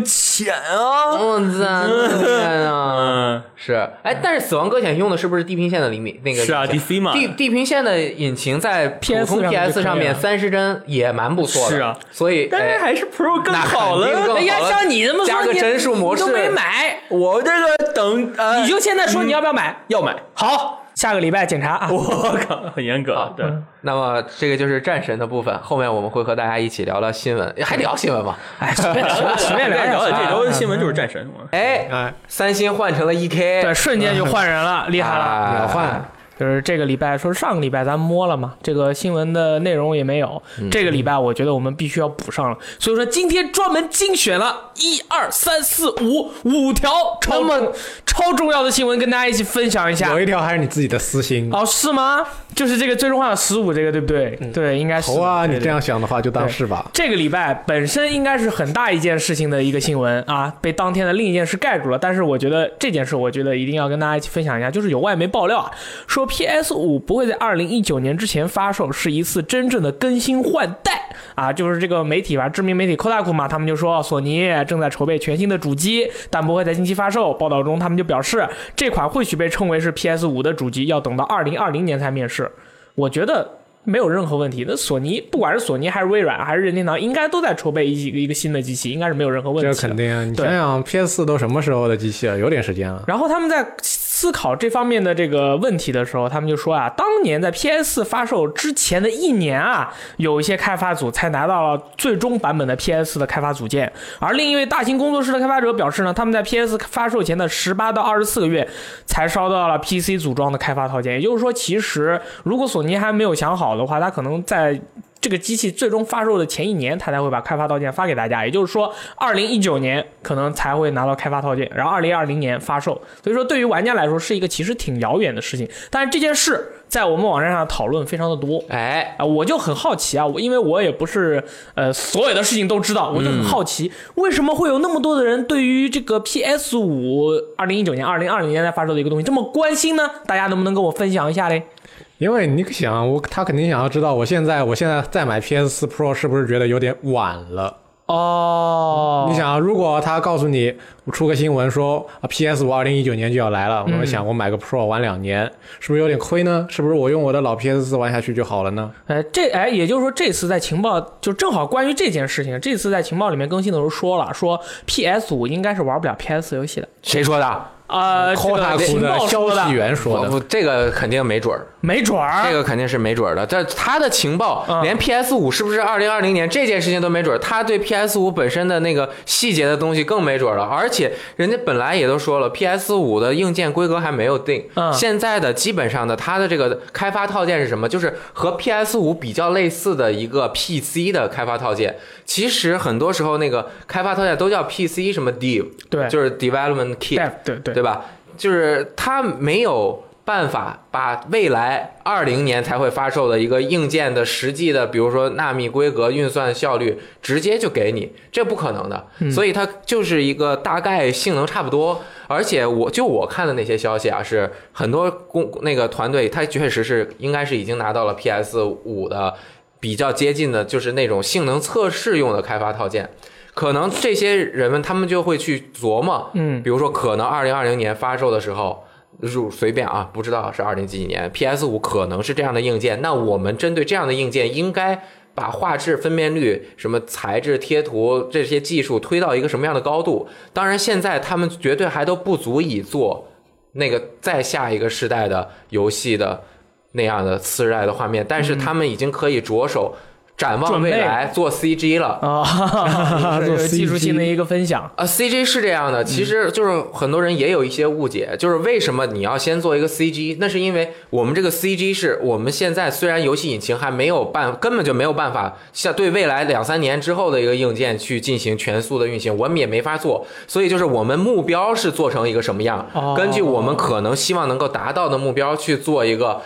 S3: 浅啊，
S1: 我操， 天啊！
S3: 嗯，
S1: 是，哎，但是《死亡搁浅》用的是不是地平线的厘米？那个
S3: 是啊
S1: 引擎
S3: ，DC 嘛
S1: 地地平线的引擎在普
S2: PS
S1: 通
S2: 上面就
S1: PS 上面
S2: 可以
S1: 三十帧也蛮不错的，
S3: 啊是啊
S1: 所以
S3: 但是
S1: 哎
S3: 还是 Pro 更
S1: 那
S3: 好
S1: 肯定
S3: 了
S1: 更。
S2: 人家
S1: 好了
S2: 像你这么说，
S1: 加个
S2: 你
S1: 帧数模式
S2: 你都没买，
S3: 我这个等呃，
S2: 你就现在说你要不要买？
S3: 要买，
S2: 好，下个礼拜检查啊。
S3: 我靠，很严格啊，对，
S1: 那么这个就是战神的部分，后面我们会和大家一起聊聊新闻，还聊新闻吗？
S2: 哎，随便 聊，随便聊
S3: 聊
S2: 聊
S3: 的这周
S2: 啊
S3: 的新闻就是战神，我
S1: 哎
S2: 哎，
S1: 三星换成了 E EK，
S2: 对，瞬间就换人了，厉害了。
S1: 啊，
S2: 就是这个礼拜，说上个礼拜咱们摸了嘛，这个新闻的内容也没有。这个礼拜我觉得我们必须要补上了，所以说今天专门精选了一二三四五五条超么超重要的新闻，跟大家一起分享一下
S4: 有。一条还是你自己的私心，
S2: 啊哦，是吗？就是这个最终幻想十五这个对不对？对，应该是
S4: 好啊，
S2: 对
S4: 你
S2: 对
S4: 这样想的话就当
S2: 对
S4: 是吧。
S2: 这个礼拜本身应该是很大一件事情的一个新闻啊，被当天的另一件事盖住了。但是我觉得这件事，我觉得一定要跟大家一起分享一下，就是有外媒爆料啊，说 PS 五不会在二零一九年之前发售，是一次真正的更新换代啊。就是这个媒体吧，知名媒体 Kotaku 嘛，他们就说索尼啊正在筹备全新的主机，但不会在近期发售。报道中，他们就表示，这款或许被称为是 PS 五的主机，要等到二零二零年才面世。我觉得没有任何问题。那索尼不管是索尼还是微软还是任天堂，应该都在筹备一一个一个新的机器，应该是没有任何问题的。
S4: 这肯定啊！你
S2: 对
S4: 想想，PS 四都什么时候的机器啊了？有点时间了。
S2: 然后他们在思考这方面的这个问题的时候，他们就说啊，当年在 PS 4发售之前的一年啊，有一些开发组才拿到了最终版本的 PS 4的开发组件，而另一位大型工作室的开发者表示呢，他们在 PS 4发售前的十八到二十四个月才烧到了 PC 组装的开发套件。也就是说，其实如果索尼还没有想好的话，它可能在这个机器最终发售的前一年，它才会把开发套件发给大家。也就是说，二零一九年可能才会拿到开发套件，然后二零二零年发售。所以说，对于玩家来说是一个其实挺遥远的事情。但是这件事在我们网站上讨论非常的多。
S1: 哎，
S2: 啊，我就很好奇啊，我因为我也不是呃所有的事情都知道，我就很好奇，为什么会有那么多的人对于这个 PS 五二零一九年、二零二零年才发售的一个东西这么关心呢？大家能不能跟我分享一下嘞？
S4: 因为你想，我他肯定想要知道，我现在我现在再买 PS 四 Pro 是不是觉得有点晚了？
S2: 哦，
S4: 你想啊，如果他告诉你出个新闻说啊 PS 五二零一九年就要来了，
S2: 嗯
S4: 我想我买个 Pro 玩两年，是不是有点亏呢？是不是我用我的老 PS 四玩下去就好了呢？
S2: 呃，这哎，也就是说，这次在情报就正好关于这件事情，这次在情报里面更新的时候说了，说 PS 五应该是玩不了 PS 游戏的。
S1: 谁说的？
S2: 呃，这个
S4: Kotaku
S2: 情
S4: 的
S2: 报说
S4: 消息
S2: 的，
S4: 源说的
S1: 不，，这个肯定没准儿，
S2: 没准儿。
S1: 这个肯定是没准儿的。但他的情报，
S2: 啊嗯
S1: 连 PS 五是不是二零二零年这件事情都没准儿，他对 PS 五本身的那个细节的东西更没准儿了。而且人家本来也都说了，PS 五的硬件规格还没有定
S2: 嗯，
S1: 现在的基本上的它的这个开发套件是什么？就是和 PS 五比较类似的一个 PC 的开发套件。其实很多时候那个开发套件都叫 PC 什么 Dev，
S2: 对
S1: 就是 Development Kit，
S2: 对对对
S1: 对吧？就是它没有办法把未来二零年才会发售的一个硬件的实际的，比如说纳米规格、运算效率，直接就给你，这不可能的。所以它就是一个大概性能差不多。而且我就我看的那些消息啊，是很多工那个团队，它确实是应该是已经拿到了 PS 五的比较接近的，就是那种性能测试用的开发套件。可能这些人们他们就会去琢磨，
S2: 嗯
S1: 比如说可能二零二零年发售的时候。入随便啊，不知道是二零几几年，PS 五可能是这样的硬件。那我们针对这样的硬件，应该把画质、分辨率、什么材质、贴图这些技术推到一个什么样的高度？当然，现在他们绝对还都不足以做那个再下一个世代的游戏的那样的次世代的画面，但是他们已经可以着手展望
S2: 准备
S1: 未来做 CG 了。
S2: 啊， 哈哈哈
S4: 做
S2: 有技术
S4: CG
S2: 性的一个分享。
S1: 啊，CG 是这样的，其实就是很多人也有一些误解，就是为什么你要先做一个 CG？那是因为我们这个 CG 是我们现在虽然游戏引擎还没有办，根本就没有办法像对未来两三年之后的一个硬件去进行全速的运行，我们也没法做。所以就是我们目标是做成一个什么样
S2: 哦，
S1: 根据我们可能希望能够达到的目标去做一个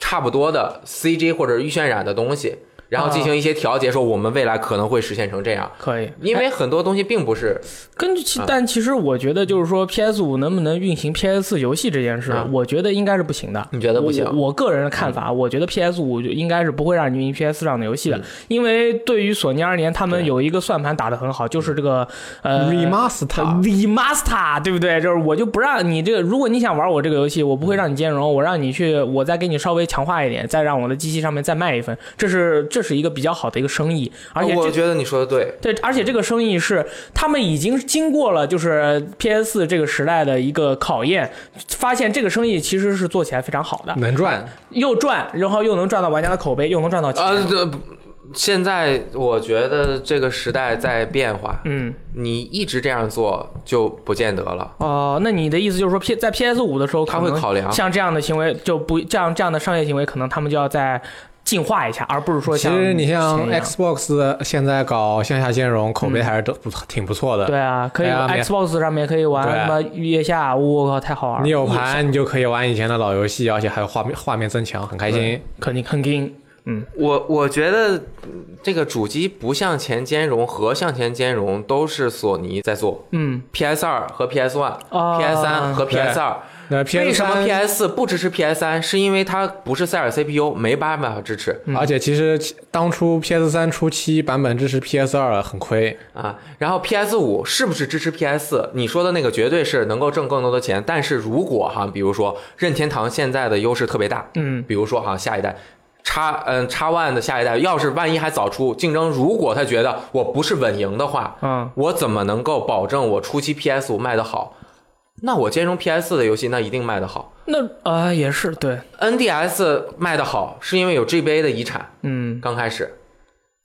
S1: 差不多的 CG 或者预渲染的东西。然后进行一些调节，说我们未来可能会实现成这样，
S2: 可以，
S1: 因为很多东西并不是
S2: 根据其，但其实我觉得就是说，PS 五能不能运行 PS 游戏这件事，
S1: 嗯
S2: 我觉得应该是不行的。
S1: 你觉得不行嗯
S2: 我我个人的看法，我觉得 PS 五应该是不会让你运行 PS 上的游
S1: 嗯
S2: 戏的，因为对于索尼而言，他们有一个算盘打得很好，
S1: 嗯
S2: 就是这个呃
S4: Remaster
S2: remaster，对不对？就是我就不让你这个，如果你想玩我这个游戏，我
S1: 嗯
S2: 不会让你兼容，我让你去，我再给你稍微强化一点，再让我的机器上面再卖一份，这是这是一个比较好的一个生意，而且
S1: 啊我
S2: 这。
S1: 觉得你说的对，
S2: 对，而且这个生意是他们已经经过了就是 PS 这个时代的一个考验，发现这个生意其实是做起来非常好的，
S4: 能赚，
S2: 又赚，然后又能赚到玩家的口碑，又能赚到钱。
S1: 呃，这不现在我觉得这个时代在变化，
S2: 嗯，
S1: 你一直这样做就不见得了。
S2: 哦、那你的意思就是说，P 在 PS 五的时候，
S1: 他会考量
S2: 像这样的行为就不这样这样的商业行为，可能他们就要在进化一下，而不是说
S4: 其
S2: 像
S4: 实你像
S2: 前一样嗯
S4: Xbox 现在搞向下兼容，口碑还是都不错，挺不错的。
S2: 对啊，可以
S4: 哎呀免
S2: Xbox 上面可以玩
S4: 对啊
S2: 什么月下，我靠，太好玩了！
S4: 你有盘，你就可以玩以前的老游戏，而且还有画面画面增强，很开心。
S2: 肯定很硬，
S1: 我我觉得嗯这个主机不向前兼容和向前兼容都是索尼在做
S2: 嗯，
S1: ，PS 二和 PS One、
S2: 啊
S1: PS 三和 PS 二。
S4: 那
S1: 为
S4: PS
S1: 什么
S4: 三
S1: PS 四不支持 PS 三？是因为它不是塞尔 CPU，没办法支持
S2: 嗯
S4: 而且其实当初 PS 三初期版本支持 PS 二很亏，
S1: 啊。然后 PS 五是不是支持 PS 四？你说的那个绝对是能够挣更多的钱，但是如果哈，比如说任天堂现在的优势特别大，
S2: 嗯，
S1: 比如说哈下一代。叉嗯叉 One 的下一代，要是万一还早出竞争，如果他觉得我不是稳赢的话，
S2: 嗯，
S1: 我怎么能够保证我初期 PS 五卖的好？那我兼容 PS 四的游戏，那一定卖的好。
S2: 那啊、呃也是对，
S1: NDS 卖的好，是因为有 GBA 的遗产，
S2: 嗯，
S1: 刚开始，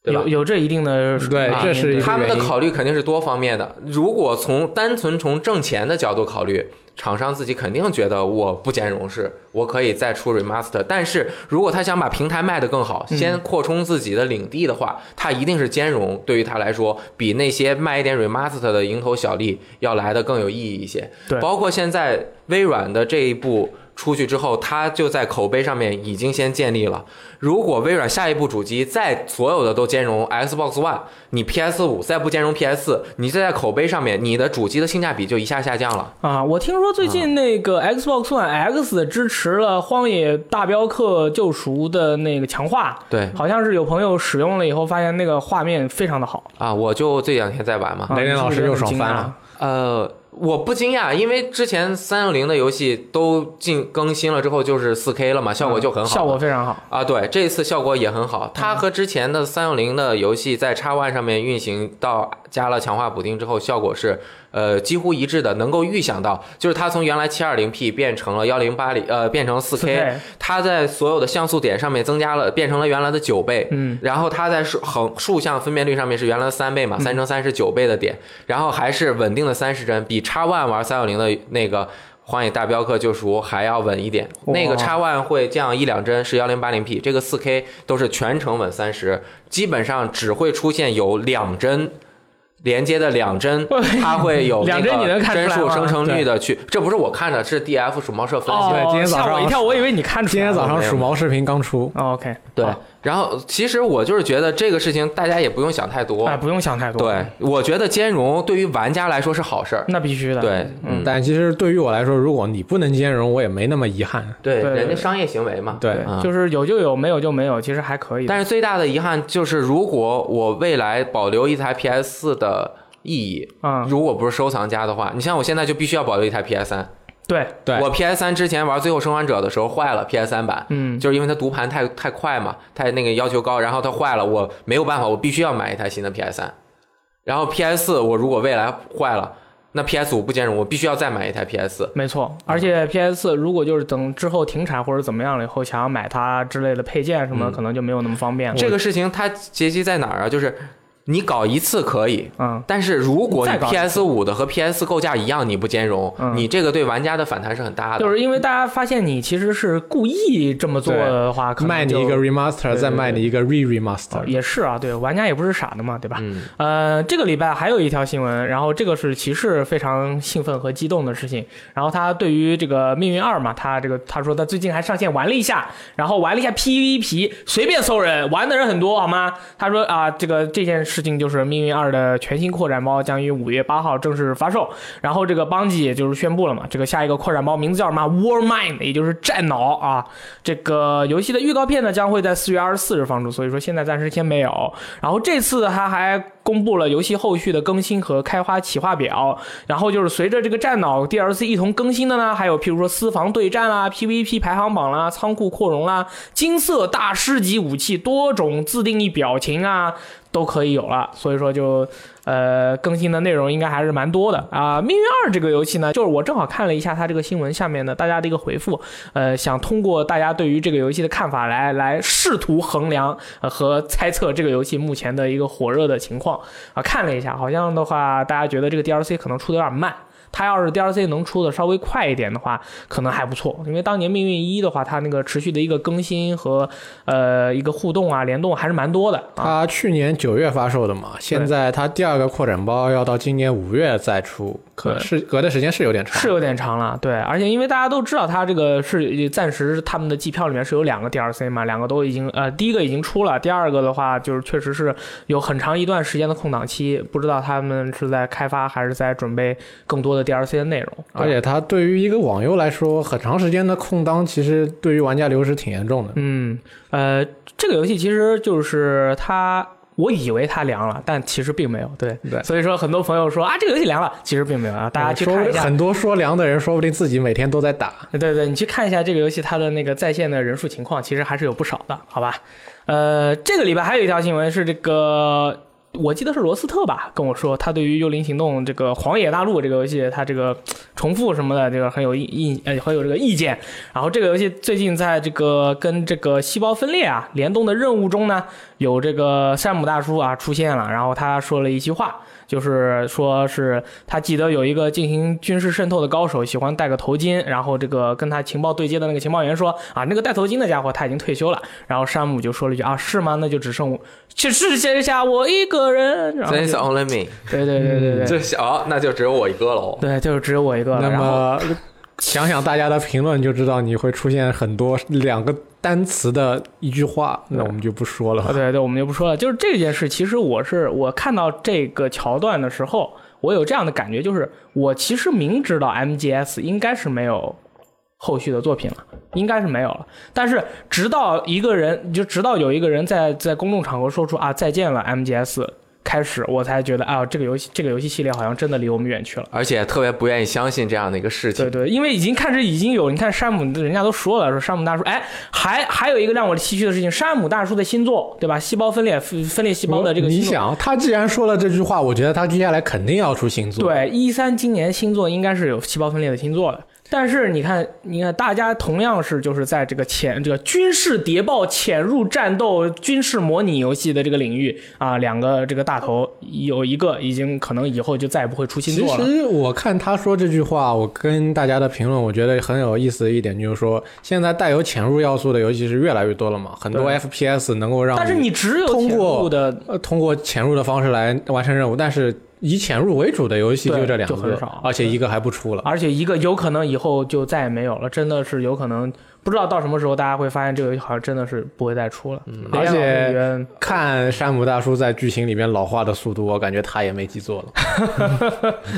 S1: 对吧
S2: 有？有这一定的
S4: 对
S2: 啊
S4: 这是一个
S1: 他们的
S4: 原因
S1: 考虑肯定是多方面的。如果从单纯从挣钱的角度考虑，厂商自己肯定觉得我不兼容是，我可以再出 remaster。但是如果他想把平台卖得更
S4: 嗯
S1: 好，先扩充自己的领地的话，他一定是兼容。对于他来说，比那些卖一点 remaster 的蝇头小利要来的更有意义一些。
S2: 对
S1: 包括现在微软的这一步。出去之后，它就在口碑上面已经先建立了。如果微软下一步主机再所有的都兼容 Xbox One，你 PS 五再不兼容 PS 四，你这在口碑上面，你的主机的性价比就一下下降了。
S2: 啊，我听说最近那个 Xbox One X 支持了《荒野大镖客：救赎》的那个强化，
S1: 对
S2: 好像是有朋友使用了以后发现那个画面非常的好。
S1: 啊，我就这两天在玩嘛。
S2: 啊
S4: 雷电
S2: 你是不
S4: 老
S2: 是
S4: 师
S2: 觉得
S4: 又
S2: 很
S4: 爽
S2: 惊
S4: 翻
S2: 讶啊
S4: 了。
S1: 呃，我不惊讶，因为之前三六零的游戏都进更新了之后就是四 K 了嘛，效果就很好。
S2: 嗯效果非常好。
S1: 啊，对，这次效果也很好。它和之前的三六零的游戏在 X One 上面运行到加了强化补丁之后，效果是呃几乎一致的，能够预想到，就是它从原来 720P 变成了1080，呃，变成 4K，
S2: 4K
S1: 它在所有的像素点上面增加了，变成了原来的九倍，
S2: 嗯，
S1: 然后它在数横竖向分辨率上面是原来的三倍嘛，
S2: 嗯
S1: 三乘三是九倍的点，然后还是稳定的三十帧，比 X One 玩三六零的那个。荒野大镖客救赎还要稳一点，
S2: 哇，
S1: 那个 X One 会降一两帧，是幺零八零 P，这个四 K 都是全程稳三十，基本上只会出现有两帧连接的两帧 它会有
S2: 两帧你能看出来
S1: 帧
S2: 吗
S1: 数生成率的去，这不是我看的，是 DF 鼠猫社分析的。
S4: 对今天早上
S2: 哦吓我一跳，我以为你看出来了。
S4: 今天早上
S1: 没有
S4: 鼠毛视频刚出，
S2: 哦 OK，
S1: 对
S2: 啊，
S1: 然后其实我就是觉得这个事情大家也不用想太多
S2: 哎，。不用想太多。
S1: 对，，我觉得兼容对于玩家来说是好事儿。
S2: 那必须的。
S1: 对，嗯，
S4: 但其实对于我来说，如果你不能兼容，我也没那么遗憾。
S1: 对，
S2: 对
S1: 人家商业行为嘛。
S4: 对，
S1: 嗯
S2: 就是有就有，没有就没有，其实还可以的。
S1: 但是最大的遗憾就是，如果我未来保留一台 PS 四的意义，
S2: 嗯
S1: 如果不是收藏家的话，你像我现在就必须要保留一台 PS 三。
S2: 对，
S4: 对
S1: 我 PS 三之前玩《最后生还者》的时候坏了 PS 三版，
S2: 嗯
S1: 就是因为它读盘太太快嘛，太那个要求高，然后它坏了，我没有办法，我必须要买一台新的 PS 三。然后 PS 四我如果未来坏了，那 PS 五不兼容，我必须要再买一台 PS 四。
S2: 没
S4: 嗯
S2: 错，而且 PS 四如果就是等之后停产或者怎么样了以后，想要买它之类的配件什么
S4: 嗯
S2: 的，可能就没有那么方便了。
S1: 这个事情它结局在哪儿啊？就是你搞一次可以，
S2: 嗯，
S1: 但是如果你
S2: 再搞一次
S1: PS 五的和 PS 构架一样，你不兼容，
S2: 嗯
S1: 你这个对玩家的反弹是很大的。
S2: 就是因为大家发现你其实是故意这么做的话，可能
S4: 卖你一个
S2: 就
S4: remaster，
S2: 对
S4: 再卖你一个 re
S2: 哦
S4: remaster。
S2: 也是啊，对，玩家也不是傻的嘛，对吧？
S1: 嗯
S2: 呃，这个礼拜还有一条新闻，然后这个是骑士非常兴奋和激动的事情。然后他对于这个《命运二》嘛，他这个他说他最近还上线玩了一下，然后玩了一下 PVP，随便搜人，玩的人很多，好吗？他说啊、这个这件事情就是《命运二》的全新扩展包将于五月八号正式发售。然后这个邦吉也就是宣布了嘛，这个下一个扩展包名字叫什么？War Mind，也就是战脑啊。这个游戏的预告片呢将会在四月二十四日放出，所以说现在暂时先没有。然后这次他还公布了游戏后续的更新和开发企划表，然后就是随着这个战脑 DLC 一同更新的呢，还有譬如说私房对战啊啦、PVP 排行榜啦、啊仓库扩容啦、金色大师级武器、多种自定义表情啊，都可以有了。所以说就呃更新的内容应该还是蛮多的啊。命运二这个游戏呢，就是我正好看了一下它这个新闻下面的大家的一个回复，呃，想通过大家对于这个游戏的看法来来试图衡量、呃、和猜测这个游戏目前的一个火热的情况啊、看了一下，好像的话大家觉得这个 DLC 可能出的有点慢。它要是 DLC 能出的稍微快一点的话，可能还不错。因为当年命运一的话，它那个持续的一个更新和呃一个互动啊、联动还是蛮多的啊。
S4: 它去年九月发售的嘛，现在它第二个扩展包要到今年五月再出，可
S2: 对
S4: 是隔的时间是有点长。
S2: 是有点长了，对，而且因为大家都知道，它这个是呃暂时他们的季票里面是有两个 DLC 嘛，两个都已经呃，第一个已经出了，第二个的话就是确实是有很长一段时间的空档期，不知道他们是在开发还是在准备更多的 DLC 的内容。啊
S4: 而且它对于一个网游来说，很长时间的空档，其实对于玩家流失挺严重的。
S2: 嗯，呃，这个游戏其实就是它，我以为它凉了，但其实并没有。对，
S4: 对呃
S2: 所以说很多朋友说啊，这个游戏凉了，其实并没有啊，大家去
S4: 说
S2: 看一下。
S4: 很多说凉的人，说不定自己每天都在打。
S2: 对对，你去看一下这个游戏它的那个在线的人数情况，其实还是有不少的，好吧？呃，这个礼拜还有一条新闻是这个，我记得是罗斯特吧跟我说，他对于《幽灵行动》这个《荒野大陆》这个游戏，他这个重复什么的，这个很有意意呃很有这个意见。然后这个游戏最近在这个跟这个细胞分裂啊联动的任务中呢，有这个山姆大叔啊出现了，然后他说了一句话，就是说是他记得有一个进行军事渗透的高手喜欢戴个头巾，然后这个跟他情报对接的那个情报员说啊，那个戴头巾的家伙他已经退休了，然后山姆就说了一句啊，是吗？那就只剩我，只剩下我一个人，然后就
S1: There's only me，
S2: 对对对对对。
S1: 这小、哦那就只有我一个喽。
S2: 对，就是只有我一个了。
S4: 那
S2: 然后
S4: 么想想大家的评论就知道，你会出现很多两个单词的一句话，那我们就不说
S2: 啊，
S4: 了。
S2: 对对，我们就不说了。就是这件事，其实我是我看到这个桥段的时候，我有这样的感觉，就是我其实明知道 MGS 应该是没有后续的作品了，应该是没有了。但是直到一个人，就直到有一个人在在公众场合说出啊再见了 MGS。开始我才觉得啊，这个游戏这个游戏系列好像真的离我们远去了。
S1: 而且特别不愿意相信这样的一个事情
S2: 对。对，因为已经开始已经有，你看山姆，人家都说了，说山姆大叔，哎，还还有一个让我唏嘘的事情，山姆大叔的新作，对吧？细胞分裂分分裂细胞的这个
S4: 你
S2: 新作。
S4: 想，他既然说了这句话，我觉得他接下来肯定要出新作。，
S2: 对，一三今年新作应该是有细胞分裂的新作的，但是你看，你看，大家同样是就是在这个潜这个军事谍报、潜入战斗、军事模拟游戏的这个领域啊，两个这个大头有一个已经可能以后就再也不会出新
S4: 其
S2: 作了。
S4: 实我看他说这句话，我跟大家的评论，我觉得很有意思的一点就是说，现在带有潜入要素的游戏是越来越多了嘛，很多
S2: 对
S4: FPS 能够让
S2: 但是你只有
S4: 通
S2: 潜
S4: 过
S2: 入的
S4: 呃通过潜入的方式来完成任务，但是以潜入为主的游戏
S2: 对
S4: 就这两
S2: 就很
S4: 个
S2: 少，啊
S4: 而且一个还不出了。
S2: 而且一个有可能以后就再也没有了，真的是有可能不知道到什么时候大家会发现这个游戏好像真的是不会再出了。嗯
S4: 而且看山姆大叔在剧情里面老化的速度，我感觉他也没记错了。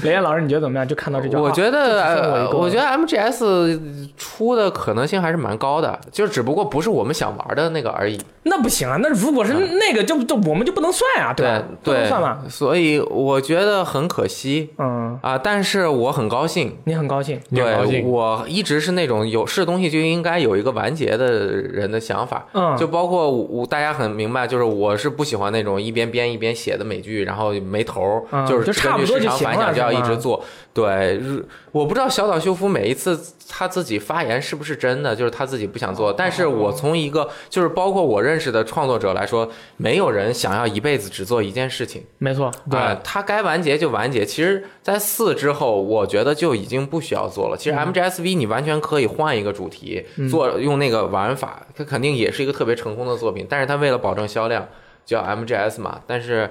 S2: 雷燕老师，你觉得怎么样？就看到这句话，
S1: 我觉得，
S2: 这只剩我一
S1: 呃
S2: 个
S1: 我觉得 MGS 出的可能性还是蛮高的，就只不过不是我们想玩的那个而已。
S2: 那不行啊，那如果是那个就就我们就不能算啊，
S1: 对
S2: 吧？不能
S1: 对
S2: 算吧？，
S1: 所以我觉得很可惜
S2: 嗯，
S1: 啊，但是我很高兴。
S2: 你很高兴，
S4: 你很高
S1: 对，
S4: 兴
S1: 我一直是那种有是东西就应该有一个完结的人的想法，
S2: 嗯
S1: 就包括我大家很明白，就是我是不喜欢那种一边编一边写的美剧，然后没头，
S2: 嗯
S1: 就是
S2: 就差不多
S1: 根据市
S2: 就
S1: 场
S2: 行
S1: 反响
S2: 了
S1: 就要
S2: 是
S1: 一
S2: 吗
S1: 直做。对，如我不知道小岛秀夫每一次他自己发言是不是真的，就是他自己不想做。但是我从一个就是包括我认识的创作者来说，没有人想要一辈子只做一件事情。
S2: 没错，对。
S1: 啊它该完结就完结。其实，在四之后，我觉得就已经不需要做了。其
S2: 嗯
S1: 实 MGSV 你完全可以换一个主题，做用那个玩法，它肯定也是一个特别成功的作品。但是它为了保证销量，叫 MGS 嘛。但是、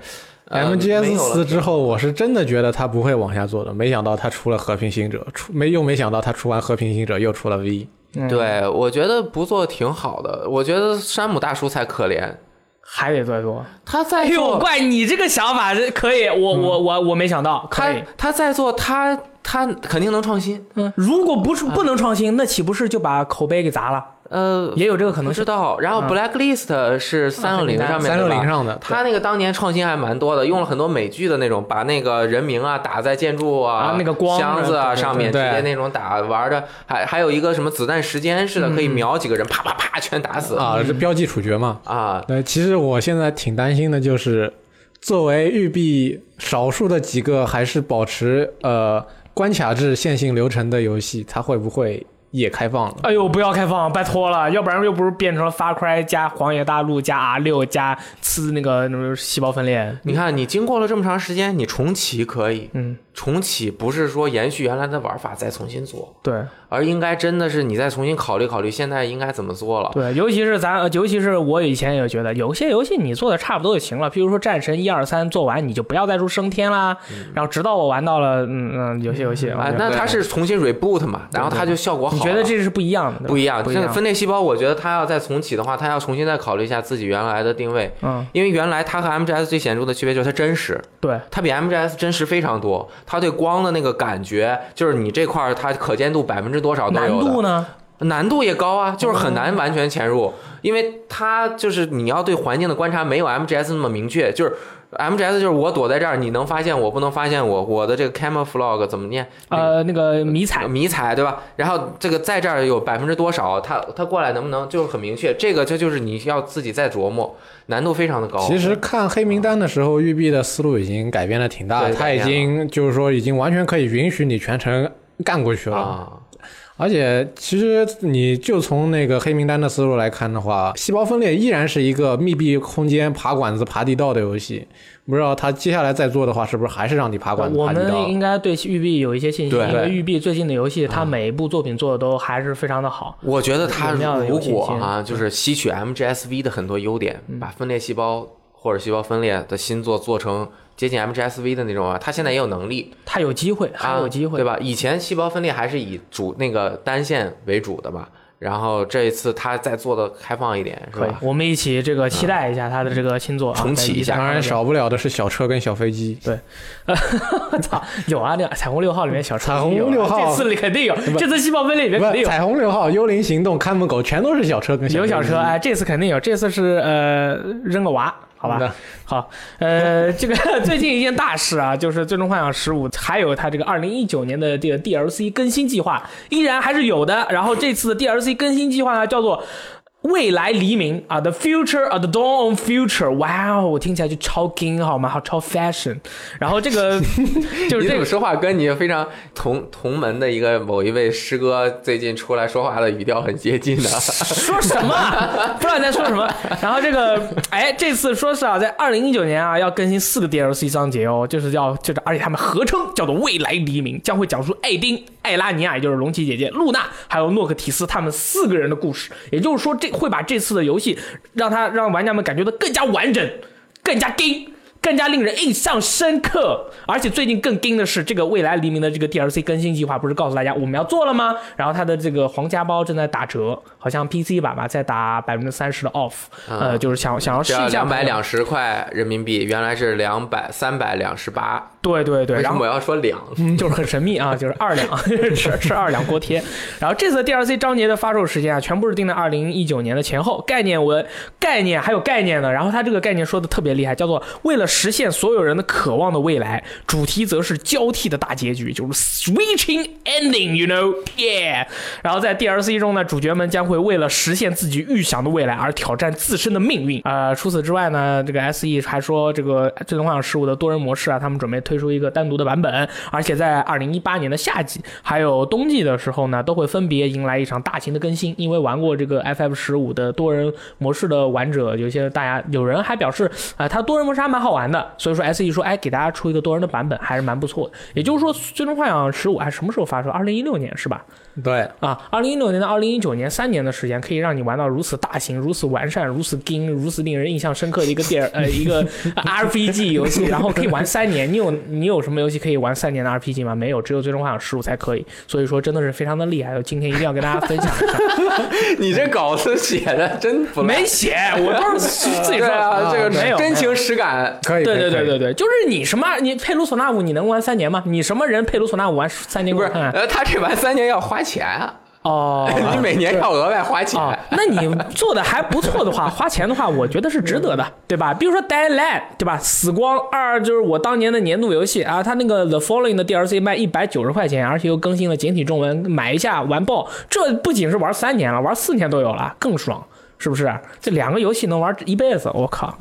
S1: 呃、没
S4: MGS
S1: 有了
S4: 四之后，我是真的觉得他不会往下做的，没想到他出了和平行者，出没又没想到他出完和平行者又出了 V。
S2: 嗯
S1: 对，我觉得不做挺好的。我觉得山姆大叔才可怜，
S2: 还得再做。嗯
S1: 他
S2: 哎
S1: 在
S2: 呦，
S1: 做
S2: 怪你这个想法这可以，我我我我没想到，可
S1: 他
S2: 以。
S1: 他在做他他肯定能创新。
S2: 嗯，如果不是不能创新，那岂不是就把口碑给砸了？
S1: 呃，
S2: 也有这个可
S1: 不
S2: 能
S1: 知
S2: 性。
S1: 道。然后
S2: 嗯
S1: Blacklist 是三六零上面
S4: 三六
S1: 对吧
S4: 零上的，
S1: 他那个当年创新还蛮多的，用了很多美剧的那种，把那个人名啊打在建筑啊、
S2: 啊那个光
S1: 箱子啊
S2: 对对对
S1: 上面，直
S4: 对
S1: 接那种打玩的，还还有一个什么子弹时间似的，
S2: 嗯
S1: 可以瞄几个人，啪啪啪全打死
S4: 啊，是标记处决嘛？
S1: 啊！
S4: 对，其实我现在挺担心的，就是作为育碧少数的几个还是保持呃关卡制线性流程的游戏，它会不会也开放了。
S2: 哎呦，不要开放，拜托了，要不然又不是变成了 Far Cry 加荒野大陆加 R 六加刺那个那种细胞分裂。
S1: 你看，你经过了这么长时间，你重启可以，
S2: 嗯，
S1: 重启不是说延续原来的玩法再重新做，
S2: 对
S1: 而应该真的是你再重新考虑考虑现在应该怎么做了。
S2: 对，尤其是咱，呃尤其是我以前也觉得，有些游戏你做的差不多就行了。譬如说《战神》一二三做完，你就不要再出升天啦。然后直到我玩到了，嗯嗯，有些游戏，我
S1: 啊
S2: 觉，得
S1: 那它是重新 reboot 嘛，然后它就效果好
S2: 你
S1: 了。
S2: 觉得这是不一样的，对吧
S1: 不一样？
S2: 啊不一
S1: 这个
S2: 样。
S1: 分裂细胞，我觉得它要再重启的话，它要重新再考虑一下自己原来的定位，
S2: 嗯，
S1: 因为原来它和 MGS 最显著的区别就是它真实，
S2: 对，
S1: 它比 MGS 真实非常多，它对光的那个感觉，就是你这块儿它可见度百分之多少都
S2: 难
S1: 有的，
S2: 度啊呢？
S1: 难度也高啊，就是很难完全潜入，因为它就是你要对环境的观察没有 MGS 那么明确，就是 MGS 就是我躲在这儿，你能发现我，不能发现我，我的这个 camouflage 怎么念？
S2: 呃，那个迷彩
S1: 呃，迷彩对吧？然后这个在这儿有百分之多少，它它过来能不能就是很明确？这个这就是你要自己再琢磨，难度非常的高。
S4: 其实看黑名单的时候，育碧的思路已经改变的挺大的，
S1: 对
S4: 他
S1: 改
S4: 已
S1: 变了
S4: 经就是说已经完全可以允许你全程干过去了。
S1: 啊，
S4: 而且，其实你就从那个黑名单的思路来看的话，细胞分裂依然是一个密闭空间爬管子、爬地道的游戏。不知道他接下来再做的话，是不是还是让你爬管子、
S2: 我
S4: 爬地
S2: 们
S4: 道
S2: 应？该对育碧有一些信心，
S1: 对
S2: 因为育碧最近的游戏，它每一部作品做的都还是非常的好。
S1: 我觉得它
S2: 有那样的
S1: 如
S2: 游戏嗯
S1: 果
S2: 机
S1: 啊，就是吸取 MGSV 的很多优点，
S2: 嗯
S1: 把分裂细胞或者细胞分裂的新作做成接近 MGSV 的那种啊，它现在也有能力，
S2: 它有机会，还
S1: 啊
S2: 有机会，
S1: 对？吧？以前细胞分裂还是以主那个单线为主的嘛，然后这一次它再做的开放一点，是
S2: 可以
S1: 吧，？
S2: 我们一起这个期待一下它的这个新作啊，
S1: 重启一下
S4: 当
S2: 在
S4: 然，
S2: 13上
S4: 少不了的是小车跟小飞机。
S2: 面。 操，有啊，那彩虹六号里面小车
S4: 彩虹
S2: 有啊
S4: 六号
S2: 这次里肯定有，这次细胞分裂里面肯定
S4: 不，
S2: 有。
S4: 彩虹六号、幽灵行动、看门狗全都是小车跟小
S2: 有
S4: 飞机嗯
S2: 小车，哎，这次肯定有，这次是呃扔个娃，好吧
S4: 嗯的？
S2: 好，呃，这个 最近一件大事啊，就是《最终幻想十五》，还有它这个二零一九年的这个 DLC 更新计划，依然还是有的。然后这次的 DLC 更新计划呢，叫做。未来黎明啊，The Future 啊，The Dawn of Future，哇哦，我听起来就超 king 好吗？好超 fashion。然后这个 就是
S1: 你
S2: 这
S1: 怎
S2: 个
S1: 么说话跟你非常同同门的一个某一位师哥最近出来说话的语调很接近 呢？
S2: 说什么啊？不知道你在说什么。然后这个，哎，这次说是啊，在二零一九年啊，要更新四个 DLC 章节哦，就是要就是，而且他们合称叫做《未来黎明》，将会讲述艾丁、艾拉尼亚，也就是龙骑姐姐、露娜还有诺克提斯他们四个人的故事。也就是说，这会把这次的游戏让他让玩家们感觉到更加完整、更加 gay。更加令人印象深刻。而且最近更盯的是，这个未来黎明的这个 DLC 更新计划，不是告诉大家我们要做了吗？然后它的这个皇家包正在打折，好像 PC 版吧，在打百分之三十的 off，、呃，就是想想要试
S1: 只
S2: 一
S1: 要
S2: 下。
S1: 啊两百两十块人民币，原来是两百三百两十八，
S2: 对对对，
S1: 为什
S2: 然
S1: 么
S2: 后
S1: 我要说两？
S2: 就是很神秘啊，就是二两 吃吃二两锅贴。然后这次 DLC 章节的发售时间啊，全部是定在二零一九年的前后。概念文概念还有概念呢，然后它这个概念说的特别厉害，叫做为了实现所有人的渴望的未来，主题则是交替的大结局，就是 switching ending，you know，yeah。然后在 DLC 中呢，主角们将会为了实现自己预想的未来而挑战自身的命运。呃，除此之外呢，这个 SE 还说这个《最终幻想十五》的多人模式啊，他们准备推出一个单独的版本，而且在二零一八年的夏季还有冬季的时候呢，都会分别迎来一场大型的更新。因为玩过这个 FF 十五的多人模式的玩者，有些大家有人还表示，啊、它多人模式还蛮好玩的，所以说 SE 说，哎，给大家出一个多人的版本还是蛮不错的。也就是说，《最终幻想十五》还什么时候发售？二零一六年是吧？
S4: 对，
S2: 啊，二零一六年到二零一九年三年的时间，可以让你玩到如此大型、如此完善、如此精、如此令人印象深刻的一个电呃 一个 RPG 游戏，然后可以玩三年。你有你有什么游戏可以玩三年的 RPG 吗？没有，只有《最终幻想十五》才可以。所以说真的是非常的厉害，今天一定要跟大家分享 一下。
S1: 你这稿子写的真不赖
S2: 没写，我都是自
S1: 对
S2: 己说
S1: 啊，这个
S2: 没有
S1: 真。情实感。
S4: 可以。
S2: 对对
S4: 可以
S2: 对
S4: 可以
S2: 对对，就是你什么你佩鲁索纳五你能玩三年吗？你什么人佩鲁索纳五玩三年
S1: 不
S2: 给
S1: 是，
S2: 我看看？
S1: 呃，他这玩三年要花钱啊，
S2: 哦，
S1: 你每年要额外花钱。
S2: 啊、 那你做的还不错的话，花钱的话，我觉得是值得的，对吧？比如说《Die Light》，对吧？《死光二》就是我当年的年度游戏啊，它那个《The Following》的 DLC 卖一百九十块钱，而且又更新了简体中文，买一下玩爆。这不仅是玩三年了，玩四年都有了，更爽。是不是？这两个游戏能玩一辈子，我靠！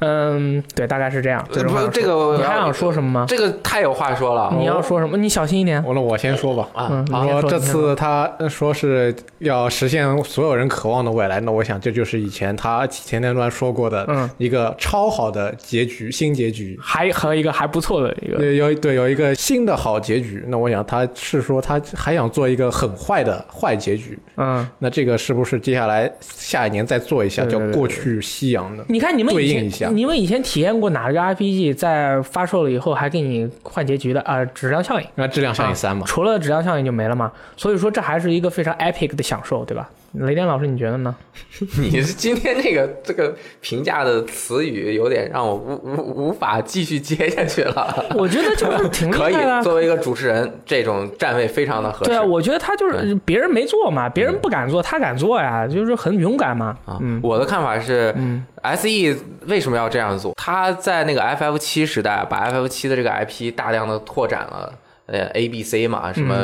S2: 嗯，对，大概是这样。
S1: 呃不
S2: 话
S1: 这个我
S2: 你还
S1: 要
S2: 想说什么吗？
S1: 这个太有话说了。
S2: 你要说什么？你小心一点。
S4: 我那我先说吧。
S1: 啊
S2: 嗯，，
S1: 好
S2: 你先
S4: 说
S2: 说
S4: 这
S2: 你先说
S4: 次他说是要实现所有人渴望的未来，那我想这就是以前他前那段说过
S2: 嗯
S4: 的一个超好的结局，新结局。
S2: 还还有一个还不错的一个，
S4: 对，有对有一个新的好结局。那我想他是说他还想做一个很坏的坏结局。
S2: 嗯，
S4: 那这个是不是接下来下一年再做一下
S2: 对
S4: 叫
S2: 对对
S4: 过去夕阳的？
S2: 你看你们
S4: 对
S2: 以
S4: 应
S2: 前
S4: 一下
S2: 你们以前体验过哪个 RPG 在发售了以后还给你换结局的啊、质量效应，
S4: 那质量上
S2: 啊
S4: 映三嘛？
S2: 除了质量效应就没了嘛。所以说这还是一个非常 epic 的享受，对吧？雷电老师，你觉得呢？
S1: 你是今天这个这个评价的词语有点让我无无无法继续接下去 了。
S2: 我觉得就是挺厉
S1: 可以
S2: 害的啊，
S1: 作为一个主持人，这种站位非常的合适。
S2: 对啊，我觉得他就是别人没做嘛，别人不敢做，他敢做呀，就是很勇敢嘛。
S1: 啊，
S2: 嗯
S1: 我的看法是、
S2: 嗯
S1: s e 为什么要这样做？他在那个 FF 七时代，把 FF 七的这个 IP 大量的拓展了，呃，A、B、C 嘛，什么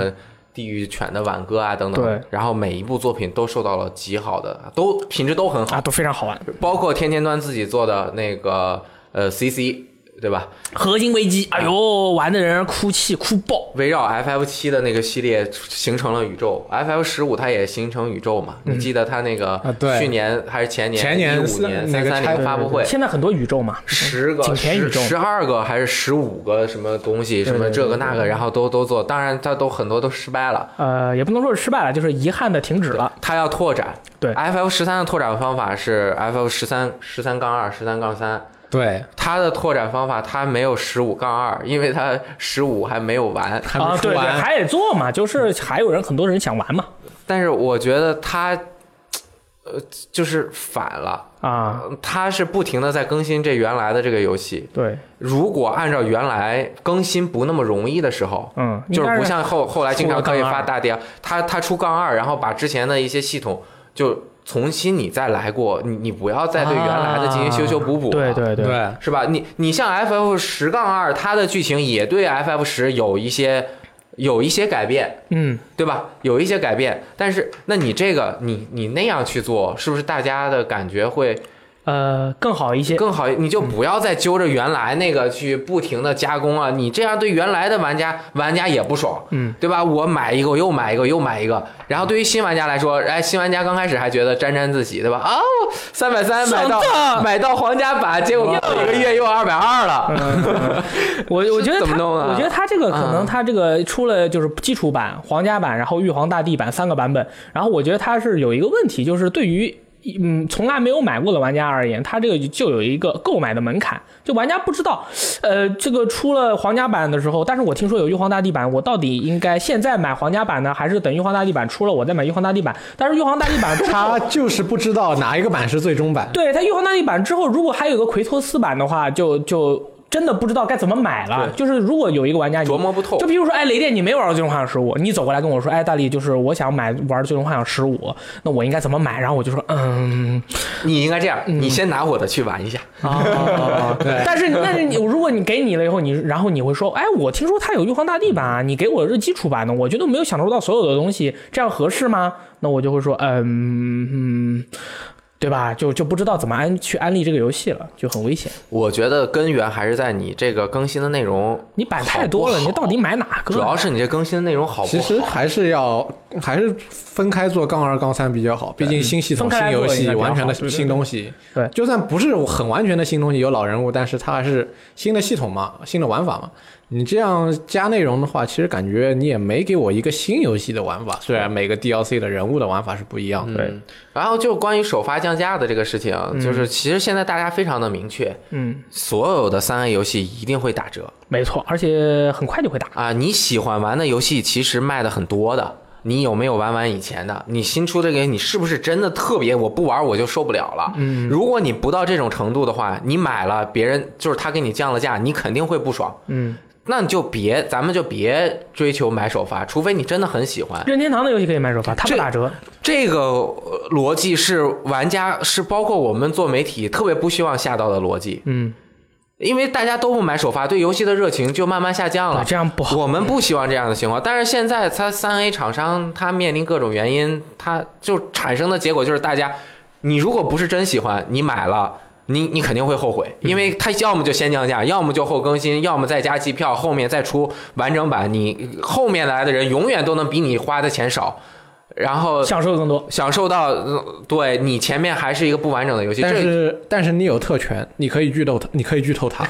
S1: 地狱犬的挽歌啊等等，
S2: 嗯对
S1: 然后每一部作品都受到了极好的，都品质都很好，
S2: 啊，都非常好玩，
S1: 包括天天端自己做的那个呃 CC，对吧？
S2: 《核心危机》，哎呦，玩的人哭泣哭爆。
S1: 围绕 FF 七的那个系列形成了宇宙，FF 十五它也形成宇宙嘛？你记得它那个
S4: 嗯啊对
S1: 去年还是前年？
S4: 前年
S1: 一五年
S4: 那
S1: 三
S4: 个
S1: 三
S4: 拆
S1: 零发啊布会，
S2: 现在很多宇宙嘛，
S1: 十个、
S2: 景甜宇
S1: 十
S2: 宙
S1: 十二个还是十五个什么东西，什么这个那个，然后都都做，当然它都很多都失败了。
S2: 呃，也不能说是失败了，就是遗憾的停止了。
S1: 它要拓展，
S2: 对
S1: ，F F 十三的拓展方法是 F F 十三十三杠二十三杠三，
S4: 对，
S1: 它的拓展方法它没有十五杠二，因为它十五还没有完。
S4: 还
S2: 啊
S4: 没，出
S2: 对对，
S4: 完。
S2: 还得做嘛，就是还有人很多人想玩嘛，
S1: 但是我觉得它，呃，就是反了，
S2: 啊，
S1: 它是不停的在更新这原来的这个游戏。
S2: 对，
S1: 如果按照原来更新不那么容易的时候，
S2: 嗯，
S1: 就是
S2: 应
S1: 不
S2: 该
S1: 像后后来经常可以
S2: 出了杠
S1: 发
S2: 二
S1: 大跌，啊他他出杠二，然后把之前的一些系统就重新你再来过，你你不要再对原来的进行修修补补、
S2: 啊对。对对，
S4: 对，
S1: 是吧？你你像 F F 十杠二，它的剧情也对 F F 十有一些有一些改变，
S2: 嗯，
S1: 对吧？有一些改变，但是那你这个你你那样去做，是不是大家的感觉会
S2: 呃，更好一些。
S1: 更好？你就不要再揪着原来那个去不停的加工啊！你这样对原来的玩家玩家也不爽，
S2: 嗯，
S1: 对吧？我买一个，我又买一个，又买一个。然后对于新玩家来说，哎，新玩家刚开始还觉得沾沾自喜，对吧？啊，三百三买到
S2: 爽的嗯
S1: 买到皇家版，结果过一个月又二百二了。
S2: 我我觉得
S1: 是怎么
S2: 他，
S1: 弄啊
S2: 我觉得他这个可能
S1: 啊
S2: 他这个出了就是基础版、皇家版，然后玉皇大帝版三个版本，然后我觉得他是有一个问题，就是对于。嗯，从来没有买过的玩家而言，他这个就有一个购买的门槛，就玩家不知道，呃，这个出了皇家版的时候，但是我听说有玉皇大帝版，我到底应该现在买皇家版呢，还是等玉皇大帝版出了我再买玉皇大帝版？但是玉皇大帝版
S4: 他就是不知道哪一个版是最终版。
S2: 对它玉皇大帝版之后，如果还有个奎托斯版的话，就就真的不知道该怎么买了。
S1: 对
S2: 就是如果有一个玩家你
S1: 琢磨不透
S2: 就比如说，哎，雷电，你没玩过《最终幻想十五》，你走过来跟我说，哎，大力，就是我想买玩《最终幻想十五》，那我应该怎么买？然后我就说，嗯，
S1: 你应该这样，你先拿我的去玩一下。
S2: 啊，
S4: 对
S2: 但是但是你如果你给你了以后，你然后你会说，哎，我听说它有玉皇大帝版啊，你给我这基础版的，我觉得没有享受到所有的东西，这样合适吗？那我就会说，嗯嗯。对吧？就就不知道怎么安去安利这个游戏了，就很危险。
S1: 我觉得根源还是在你这个更新的内容，
S2: 你版太多了，
S1: 好不
S2: 你
S1: 好
S2: 到底买哪个？
S1: 主要是你这更新的内容好不
S4: 其
S1: 好？
S4: 实还是要还是分开做杠二杠三比较好，毕竟新系统、
S2: 分开
S4: 新
S2: 来做
S4: 游
S2: 应
S4: 戏、
S2: 该比较好
S4: 完全的
S2: 对对对
S4: 新东西。
S2: 对
S4: 就算不是很完全的新东西，有老人物，但是它还是新的系统嘛，新的玩法嘛。你这样加内容的话，其实感觉你也没给我一个新游戏的玩法，虽然每个 DLC 的人物的玩法是不一样的。
S2: 对，
S1: 然后就关于首发降价的这个事情，就是其实现在大家非常的明确，
S2: 嗯，
S1: 所有的三 A 游戏一定会打折
S2: 没错，而且很快就会打。
S1: 啊！你喜欢玩的游戏其实卖的很多的，你有没有玩完以前的？你新出的这个，你是不是真的特别我不玩我就受不了了？嗯，如果你不到这种程度的话，你买了别人就是他给你降了价，你肯定会不爽。
S2: 嗯，
S1: 那你就别，咱们就别追求买首发，除非你真的很喜欢。
S2: 任天堂的游戏可以买首发，它不
S1: 这
S2: 打折。
S1: 这个呃逻辑是玩家是包括我们做媒体特别不希望下到的逻辑，
S2: 嗯，
S1: 因为大家都不买首发，对游戏的热情就慢慢下降了
S2: 啊，。这样不好。
S1: 我们不希望这样的情况，但是现在它三 A 厂商它面临各种原因，它就产生的结果就是大家。你如果不是真喜欢，你买了。你你肯定会后悔，
S2: 嗯
S1: 因为它要么就先降价，要么就后更新，要么再加机票，后面再出完整版。你后面来的人永远都能比你花的钱少，然后
S2: 享受的更 多。
S1: 享受到呃对你前面还是一个不完整的游戏，
S4: 但
S1: 这
S4: 是但是你有特权，你可以剧透它， 你可以剧透它。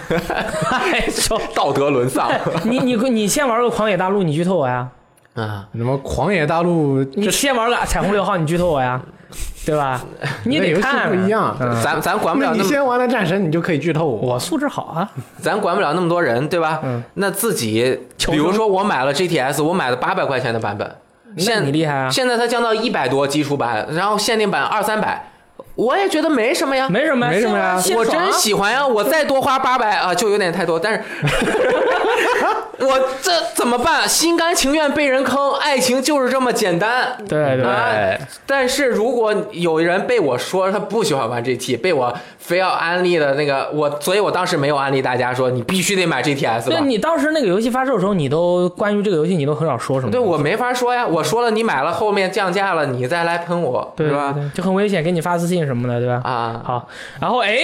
S2: 哎，说
S1: 道德沦 丧
S2: 你你你先玩个《狂野大陆》，你剧透我呀；
S1: 啊！
S4: 什么狂野大陆
S2: 你
S4: 这
S2: 先玩个《彩虹六号》，你剧透我呀，对吧？你
S4: 那
S2: 得
S4: 游戏
S2: 看啊
S4: 不一。样，
S2: 嗯
S1: 咱咱管不了
S4: 啊那
S1: 那
S4: 你
S1: 么，
S4: 先玩了战神，你就可以剧透我。
S2: 我素质好啊，
S1: 咱管不了那么多人，对吧？
S2: 嗯
S1: 那自己，
S2: 求生
S1: 比如说我买了 GTS，我买了八百块钱的版本，
S2: 那
S1: 现
S2: 你厉害啊！
S1: 现在它降到一百多基础版，然后限定版二三百，我也觉得没什么呀。
S2: 没什么，
S4: 没什么呀
S2: 先
S1: 我
S2: 玩先爽啊
S1: 真喜欢呀！我再多花八百啊，就有点太多， 但是，我这怎么办？心甘情愿被人坑，爱情就是这么简单。
S2: 对对，
S1: 啊！但是如果有人被我说他不喜欢玩 GT，被我非要安利的那个我，所以我当时没有安利大家说你必须得买 GTS
S2: 对
S1: 吧。
S2: 你当时那个游戏发售的时候，你都关于这个游戏你都很少说什么。
S1: 对我没法说呀，我说了你买了后面降价了，你再来喷我，
S2: 对
S1: 是
S2: 对
S1: 吧？
S2: 对就很危险，给你发私信什么的，对吧？
S1: 啊，
S2: 好，然后哎，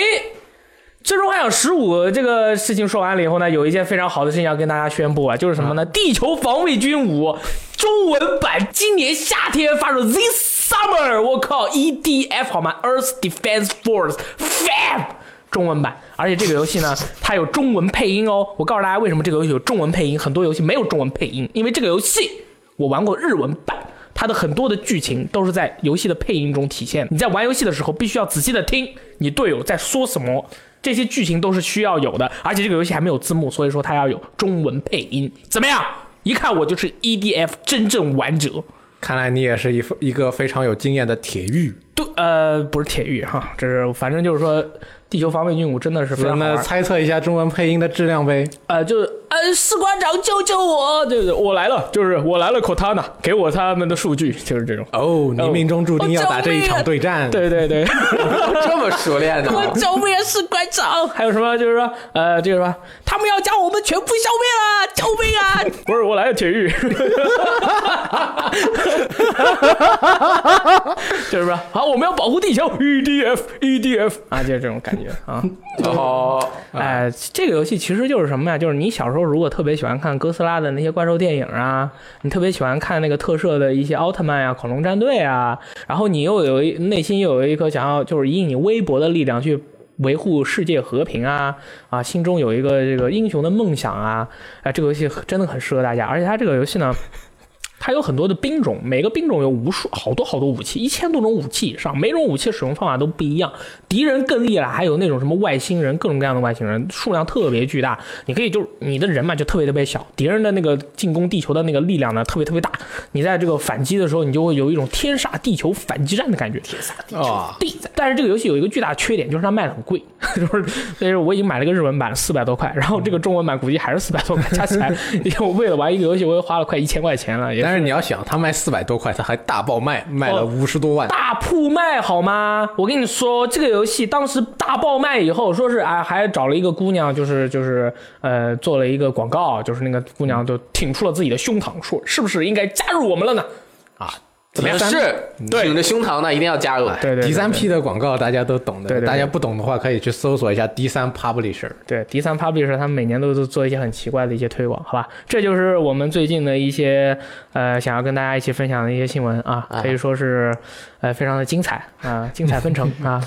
S2: 最终幻想十五这个事情说完了以后呢，有一件非常好的事情要跟大家宣布啊，就是什么呢？地球防卫军五》中文版今年夏天发售，This summer，我靠，EDF 好吗？Earth Defense Force，FAB。中文版，而且这个游戏呢，它有中文配音哦。我告诉大家为什么这个游戏有中文配音，很多游戏没有中文配音，因为这个游戏我玩过日文版，它的很多的剧情都是在游戏的配音中体现的。你在玩游戏的时候，必须要仔细的听你队友在说什么，这些剧情都是需要有的。而且这个游戏还没有字幕，所以说它要有中文配音。怎么样？一看我就是 EDF 真正玩者。
S4: 看来你也是一副一个非常有经验的铁玉。
S2: 对，呃，不是铁玉哈，这是反正就是说，地球防卫军五真的是非常好
S4: 那
S2: 玩。
S4: 猜测一下中文配音的质量呗。
S2: 呃，就是呃，士官长救救我，对对，我来了，就是我来了，Cortana，给我他们的数据，就是这种。
S4: 哦，你命中注定要打这一场对战。
S2: 对对 对。
S1: 这么熟 练的吗，
S2: 消灭士官长，还有什么就是说，呃，这个什么，他们要将我们全部消灭了，救命啊！不是，我来了，铁玉， 就是说，好，我们要保护地球，EDF EDF 啊，就是这种感觉啊。
S1: 哦，
S2: 哎，这个游戏其实就是什么呀？就是你小时候如果特别喜欢看哥斯拉的那些怪兽电影啊，你特别喜欢看那个特摄的一些奥特曼呀、恐龙战队啊，然后你又有一内心又有一颗想要就是以你微薄的力量去。维护世界和平啊啊！心中有一个这个英雄的梦想啊！哎，这个游戏真的很适合大家，而且它这个游戏呢，它有很多的兵种，每个兵种有无数好多好多武器，一千多种武器以上，每种武器使用方法都不一样。敌人更厉害，还有那种什么外星人，各种各样的外星人，数量特别巨大。你可以就是你的人嘛，就特别特别小，敌人的那个进攻地球的那个力量呢，特别特别大。你在这个反击的时候，你就会有一种天煞地球反击战的感觉。天煞地
S4: 啊，
S2: 地，但是这个游戏有一个巨大的缺点，就是它卖的很贵，就是但是我已经买了个日文版四百多块，然后这个中文版估计还是四百多块，加起来 我为了玩一个游戏，我又花了快一千块钱了，也
S4: 但是你要想，他卖四百多块，他还大爆卖，卖了
S2: 哦
S4: 五十多万。
S2: 大铺卖好吗？我跟你说，这个游戏当时大爆卖以后，说是啊，还找了一个姑娘，就是就是呃，做了一个广告，就是那个姑娘就挺出了自己的胸膛，说是不是应该加入我们了呢？
S4: 怎么样
S1: 是挺着胸膛呢，一定要加入。
S2: 对对，
S4: 第三
S2: 对
S4: 批的广告大家都懂的，
S2: 对对对
S4: 大家不懂的话可以去搜索一下第三 publisher。
S2: 对第三 publisher，他们每年都都做一些很奇怪的一些推广，好吧？这就是我们最近的一些呃，想要跟大家一起分享的一些新闻啊，可以说是呃非常的精彩啊、精彩纷呈 啊，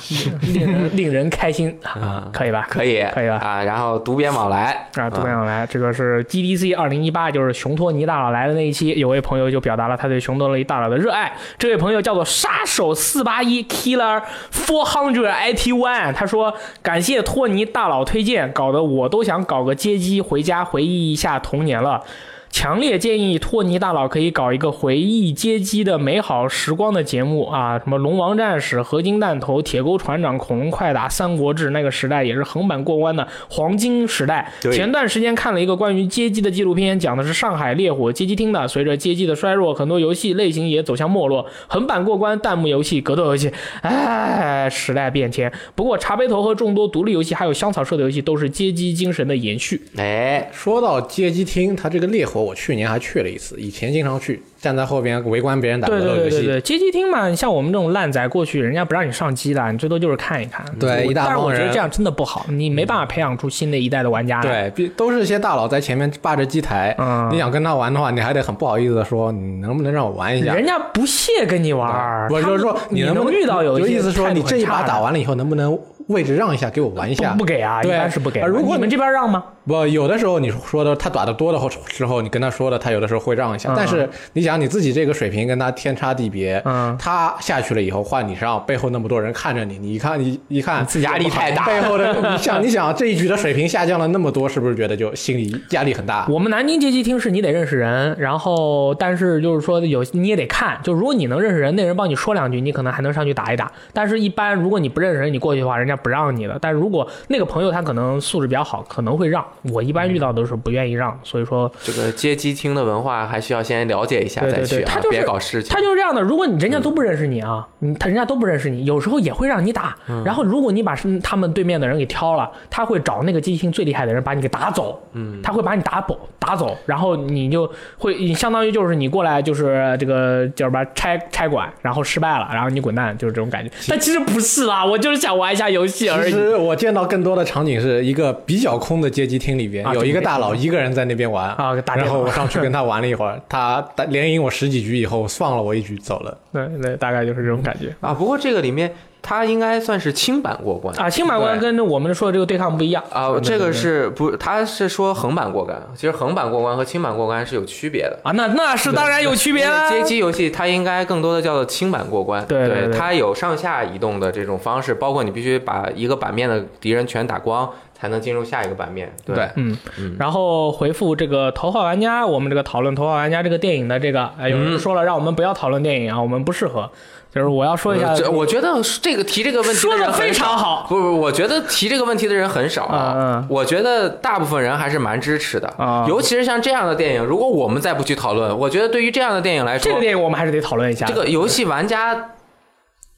S2: 令人令人开心啊，可以吧？
S1: 可以，
S2: 可以吧
S1: 啊。然后读编往来
S2: 啊，杜亮来，这个是 GDC 二零一八，就是熊托尼大佬来的那一期，有位朋友就表达了他对熊托尼大佬的热爱。这位朋友叫做杀手四八一 Killer Four Hundred IT One，他说感谢托尼大佬推荐，搞得我都想搞个街机回家回忆一下童年了。强烈建议托尼大佬可以搞一个回忆街机的美好时光的节目啊，什么龙王战士、合金弹头、铁钩船长、恐龙快打、三国志，那个时代也是横版过关的黄金时代。
S1: 对
S2: 前段时间看了一个关于街机的纪录片，讲的是上海烈火街机厅的。随着街机的衰弱，很多游戏类型也走向没落，横版过关、弹幕游戏、格斗游戏，哎，时代变迁。不过茶杯头和众多独立游戏，还有香草社的游戏，都是街机精神的延续。
S1: 哎，
S4: 说到街机厅，它这个烈火，我去年还去了一次，以前经常去，站在后边围观别人打
S2: 对
S4: 格斗
S2: 对对
S4: 游
S2: 对
S4: 戏，
S2: 对，街机厅嘛，你像我们这种烂仔，过去人家不让你上机的，你最多就是看一看。
S4: 对
S2: 我
S4: 一大
S2: 但是
S4: 帮
S2: 我觉得
S4: 人
S2: 这样真的不好，你没办法培养出新的一代的玩家来。
S4: 对，比都是一些大佬在前面霸着机台，
S2: 嗯
S4: 你想跟他玩的话，你还得很不好意思的说，你能不能让我玩一下？
S2: 人家不屑跟你玩儿，
S4: 我
S2: 他
S4: 就是
S2: 们
S4: 说，
S2: 你
S4: 能不
S2: 能
S4: 能
S2: 遇到有
S4: 就
S2: 一些
S4: 意思说，
S2: 态度
S4: 你
S2: 很
S4: 这一把
S2: 差的
S4: 打完了以后，能不能位置让一下，给我玩一下？
S2: 不不给啊，一
S4: 对
S2: 般是不给的。
S4: 啊如果
S2: 你们这边让吗？
S4: 不，有的时候你说的他打的多的后时候，你跟他说的，他有的时候会让一下。但是你想你自己这个水平跟他天差地别，
S2: 嗯
S4: 他下去了以后换你上，背后那么多人看着你，你一看你一看
S1: 自己压力太大
S4: 背后的你想你想这一局的水平下降了那么多，是不是觉得就心里压力很大？
S2: 我们南京街机厅是你得认识人，然后但是就是说有你也得看，就如果你能认识人，那人帮你说两句，你可能还能上去打一打。但是一般如果你不认识人，你过去的话，人家不让你的。但如果那个朋友他可能素质比较好，可能会让。我一般遇到都是不愿意让，所以说
S1: 这个街机厅的文化还需要先了解一下
S2: 对
S1: 再
S2: 对
S1: 去
S2: 对，
S1: 啊
S2: 他，就是
S1: 别搞事情
S2: 他。就是这样的。如果你人家都不认识你啊，你他人家都不认识你，有时候也会让你打。然后如果你把是他们对面的人给挑了，他会找那个机器最厉害的人把你给打走。嗯，他会把你打走，打走，然后你就会，你相当于就是你过来就是这个叫什么拆拆管，然后失败了，然后你滚蛋，就是这种感觉。但其实不是啦，我就是想玩一下游戏 而
S4: 其
S2: 已。
S4: 实我见到更多的场景是一个比较空的街机厅里边，
S2: 啊
S4: 有一
S2: 这
S4: 个
S2: 个
S4: 大佬一个人在那边玩
S2: 啊打电
S4: 然
S2: 脑
S4: 后我上去跟他玩了 一会儿，他打连赢我十几局以后放了我一局走了。
S2: 对对，大概就是这种感觉。
S1: 啊，不过这个里面他应该算是轻版过关
S2: 啊，新版官跟我们说的这个对抗不一样
S1: 啊，这
S2: 对
S1: 个
S2: 对
S1: 是不？他是说横版过关，其实横版过关和轻版过关是有区别的。
S2: 啊，那那是当然有区别啊
S1: 因
S2: 啦
S1: 为街机游戏它应该更多的叫做轻版过关，
S2: 对对对
S1: 它有上下移动的这种方式，包括你必须把一个版面的敌人全打光，才能进入下一个版面。对，
S4: 对
S2: 嗯，然后回复这个《头号玩家》，我们这个讨论《头号玩家》这个电影的这个，哎，有
S1: 嗯
S2: 人说了，让我们不要讨论电影啊，我们不适合。就是我要说一下，
S1: 呃这我觉得这个提这个问题
S2: 说
S1: 的人
S2: 的
S1: 很
S2: 非常
S1: 少。
S2: 好
S1: 不不，我觉得提这个问题的人很少
S2: 嗯
S1: 啊
S2: 嗯。
S1: 我觉得大部分人还是蛮支持的
S2: 啊，
S1: 尤其是像这样的电影，如果我们再不去讨论，我觉得对于这样的电影来说
S2: 这个，电影，我们还是得讨论一下。
S1: 这个游戏玩家，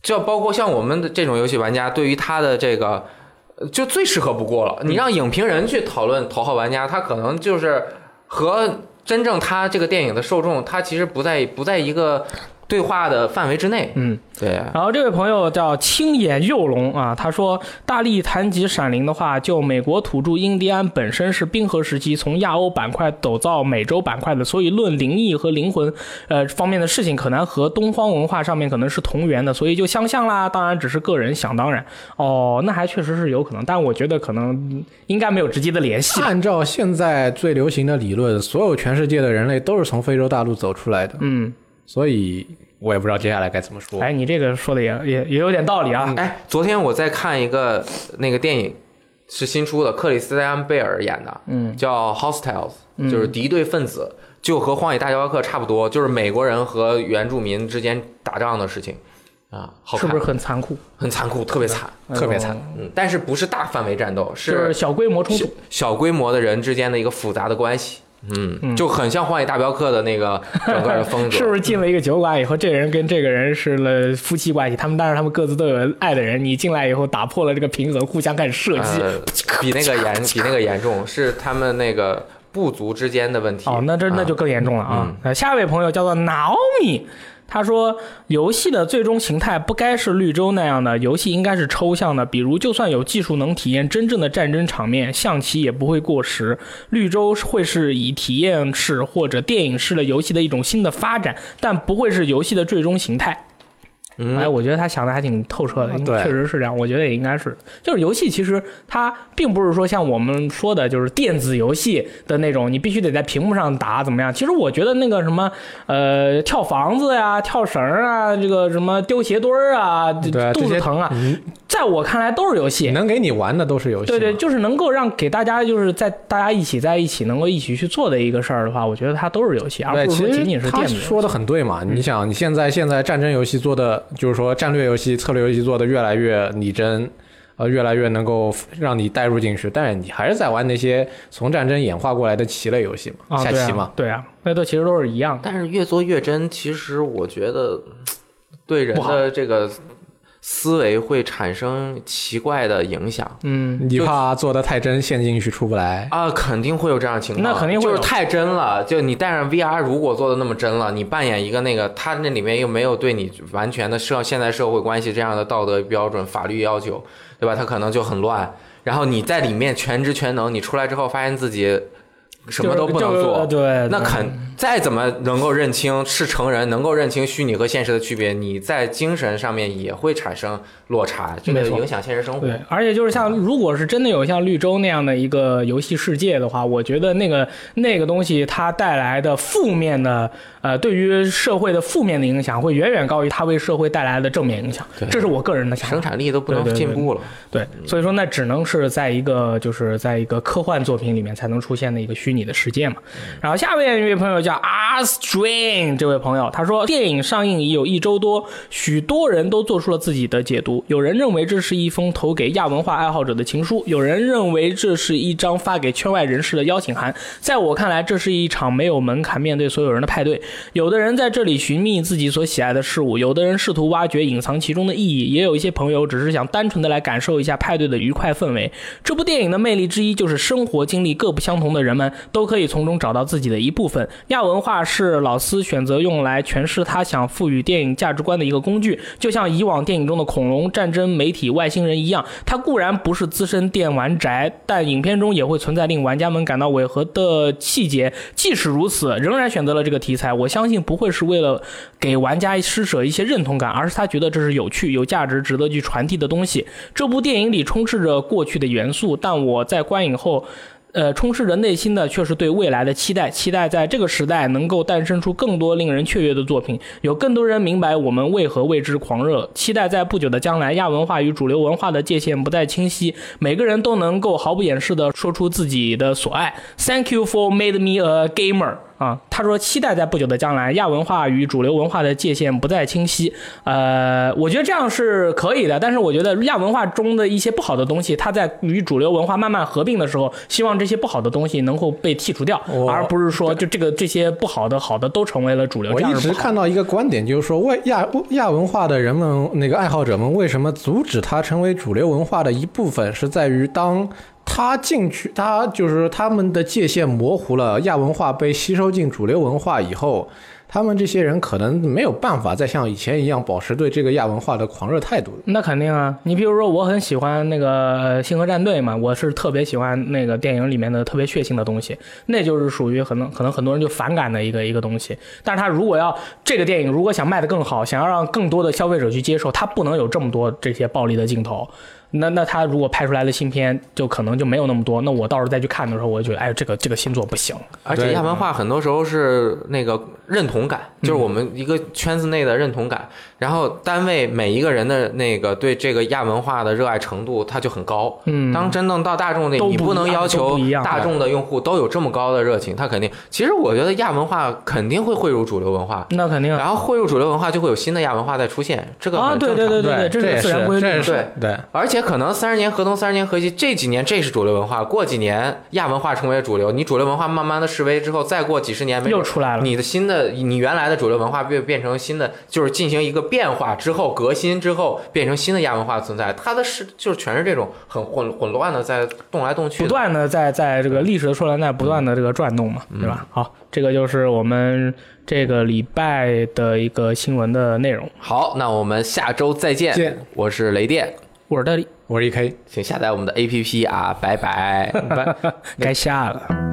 S1: 就包括像我们的这种游戏玩家，对于他的这个呃就最适合不过了。你让影评人去讨论《头号玩家》，他可能就是和真正他这个电影的受众，他其实不在不在一个对话的范围之内。
S2: 嗯，
S1: 对。
S2: 然后这位朋友叫青眼幼龙啊，他说大力谈及《闪灵》的话，就美国土著印第安本身是冰河时期从亚欧板块走到美洲板块的，所以论灵异和灵魂呃方面的事情，可能和东方文化上面可能是同源的，所以就相像啦。当然只是个人想当然哦，那还确实是有可能，但我觉得可能嗯应该没有直接的联系。
S4: 按照现在最流行的理论，所有全世界的人类都是从非洲大陆走出来的，
S2: 嗯，
S4: 所以我也不知道接下来该怎么说。
S2: 哎，你这个说的也也也有点道理啊。
S1: 哎，昨天我在看一个那个电影，是新出的，克里斯蒂安贝尔演的，嗯，叫《Hostiles》，就是敌对分子，就和《荒野大镖客》差不多，就是美国人和原住民之间打仗的事情。啊，好
S2: 是
S1: 看
S2: 不是很残酷？
S1: 很残酷，特别惨，
S4: 特别惨
S2: 哎呦，
S1: 嗯，但是不是大范围战斗，
S2: 就是
S1: 是
S2: 小规模冲
S1: 小
S2: 突。
S1: 小规模的人之间的一个复杂的关系，嗯，就很像《荒野大镖客》的那个整个的 风格，
S2: 是不是进了一个酒馆以后，这个人跟这个人是了夫妻关系？他们但是他们各自都有爱的人，你进来以后打破了这个平衡，互相开始射击。
S1: 呃，比那个严，比那个严重，是他们那个部族之间的问题。
S2: 哦，那这那就更严重了啊！呃下一位朋友叫做 Naomi，他说游戏的最终形态不该是绿洲那样的，游戏应该是抽象的。比如，就算有技术能体验真正的战争场面，象棋也不会过时。绿洲会是以体验式或者电影式的游戏的一种新的发展，但不会是游戏的最终形态。
S1: 嗯
S2: 哎，我觉得他想的还挺透彻的，
S4: 嗯
S2: 应
S4: 对
S2: 确实是这样。我觉得也应该是，就是游戏其实它并不是说像我们说的，就是电子游戏的那种，你必须得在屏幕上打怎么样。其实我觉得那个什么，呃，跳房子呀、跳绳儿啊，这个什么丢鞋墩儿啊，
S4: 对啊，这
S2: 肚子
S4: 些
S2: 疼啊，
S4: 嗯
S2: 在我看来都是游戏。
S4: 能给你玩的都是游戏嘛。
S2: 对
S1: 啊
S2: 对，就是能够让给大家就是在大家一起在一起能够一起去做的一个事儿的话，我觉得它都是游戏，而
S4: 对，
S2: 不是
S4: 其
S2: 说
S4: 实
S2: 仅仅是
S4: 他
S2: 电子游戏。嗯
S4: 说的很对嘛。你想，你现在现在战争游戏做的，就是说战略游戏、策略游戏做的越来越拟真，呃，越来越能够让你带入进去，但是你还是在玩那些从战争演化过来的棋类游戏嘛，
S2: 啊，
S4: 下
S2: 对
S4: 棋
S2: 啊
S4: 嘛。
S2: 对啊，那都其实都是一样的。
S1: 但是越做越真，其实我觉得嗯对人
S2: 不好
S1: 的这个思维会产生奇怪的影响。
S2: 嗯，
S4: 你怕做的太真，陷进去出不 来。
S1: 啊，肯定会有这样的情况，
S2: 那肯定会
S1: 就
S2: 有
S1: 是太真了。就你戴上 VR，如果做的那么真了，你扮演一个那个，他那里面又没有对你完全的社现代社会关系这样的道德标准、法律要求，对吧？他可能就很乱。然后你在里面全知全能，你出来之后发现自己什么都不能
S2: 就
S1: 做，
S2: 就呃对，
S1: 那
S2: 对
S1: 肯再怎么能够认清是成人能够认清虚拟和现实的区别，你在精神上面也会产生落差，这个
S2: 没错
S1: 影响现实生活。
S2: 对，而且就是像，如果是真的有像绿洲那样的一个游戏世界的话，我觉得那个那个东西它带来的负面的，呃，对于社会的负面的影响，会远远高于它为社会带来的正面影响。这是我个人的想
S1: 生
S2: 法。
S1: 产力都不能
S2: 对对对
S1: 进步了，
S2: 对，所以说那只能是在一个就是在一个科幻作品里面才能出现的一个虚拟的世界嘛。然后下面一位朋友叫 R String 这位朋友，他说电影上映已有一周多，许多人都做出了自己的解读。有人认为这是一封投给亚文化爱好者的情书，有人认为这是一张发给圈外人士的邀请函。在我看来，这是一场没有门槛、面对所有人的派对。有的人在这里寻觅自己所喜爱的事物，有的人试图挖掘隐藏其中的意义，也有一些朋友只是想单纯的来感受一下派对的愉快氛围。这部电影的魅力之一就是生活经历各不相同的人们都可以从中找到自己的一部分。亚文化是老斯选择用来诠释他想赋予电影价值观的一个工具，就像以往电影中的恐龙、战争、媒体、外星人一样，它固然不是资深电玩宅，但影片中也会存在令玩家们感到违和的细节。即使如此，仍然选择了这个题材。我相信不会是为了给玩家施舍一些认同感，而是他觉得这是有趣、有价值、值得去传递的东西。这部电影里充斥着过去的元素，但我在观影后。呃，充斥着内心的却是对未来的期待，期待在这个时代能够诞生出更多令人雀跃的作品，有更多人明白我们为何为之狂热，期待在不久的将来，亚文化与主流文化的界限不再清晰，每个人都能够毫不掩饰地说出自己的所爱。Thank you for made me a gamer。啊，他说期待在不久的将来，亚文化与主流文化的界限不再清晰。呃，我觉得这样是可以的，但是我觉得亚文化中的一些不好的东西，它在与主流文化慢慢合并的时候，希望这些不好的东西能够被剔除掉，
S4: 我
S2: 而不是说就这个这些不好的好的都成为了主流。
S4: 我
S2: 这
S4: 一
S2: 样是
S4: 直
S2: 不好的
S4: 看到一个观点，就是说为亚亚文化的人们那个爱好者们为什么阻止它成为主流文化的一部分，是在于当它进去，它就是他们的界限模糊了，亚文化被吸收进主流文化以后，他们这些人可能没有办法再像以前一样保持对这个亚文化的狂热态度了。
S2: 那肯定啊，你比如说，我很喜欢那个呃《星河战队》嘛，我是特别喜欢那个电影里面的特别血腥的东西，那就是属于可能可能很多人就反感的一个一个东西。但是他如果要这个电影如果想卖得更好，想要让更多的消费者去接受，他不能有这么多这些暴力的镜头。那那他如果拍出来的新片就可能就没有那么多，那我到时候再去看的时候，我就觉得哎，这个这个新作不行。
S1: 而且亚文化很多时候是那个认同感，就是
S2: 嗯
S1: 我们一个圈子内的认同感。然后单位每一个人的那个对这个亚文化的热爱程度，它就很高。
S2: 嗯，
S1: 当真正到大众那，
S2: 都不一样
S1: 你能要
S2: 都
S1: 求
S2: 不一样
S1: 大众的用户都有这么高的热情，他肯定。其实我觉得亚文化肯定会汇入主流文化，
S2: 那肯定啊，
S1: 然后汇入主流文化就会有新的亚文化再出现，这个很
S2: 对
S1: 正
S2: 啊对
S1: 常。
S2: 对对，
S4: 这
S2: 这
S4: 也
S2: 是自然规律
S4: 这也
S2: 嘛。
S4: 是对。
S1: 而且可能三十年河东，三十年河西，这几年这是主流文化，过几年亚文化成为主流，你主流文化慢慢的示威之后，再过几十年，没准
S2: 又出来了
S1: 你的新的你原来的主流文化变变成新的，就是进行一个变化之后，革新之后，变成新的亚文化存在，它的是就是全是这种很混混乱的在动来动去
S2: 不
S1: 的。
S2: 断的在在这个历史的错乱带不断的这个转动嘛，对吧？好，这个就是我们这个礼拜的一个新闻的内容。
S1: 好，那我们下周再见，
S4: 见
S1: 我是雷电，
S2: 我是大力，
S4: 我是 E K。
S1: 请下载我们的 APP 啊，拜拜。
S2: 该下了。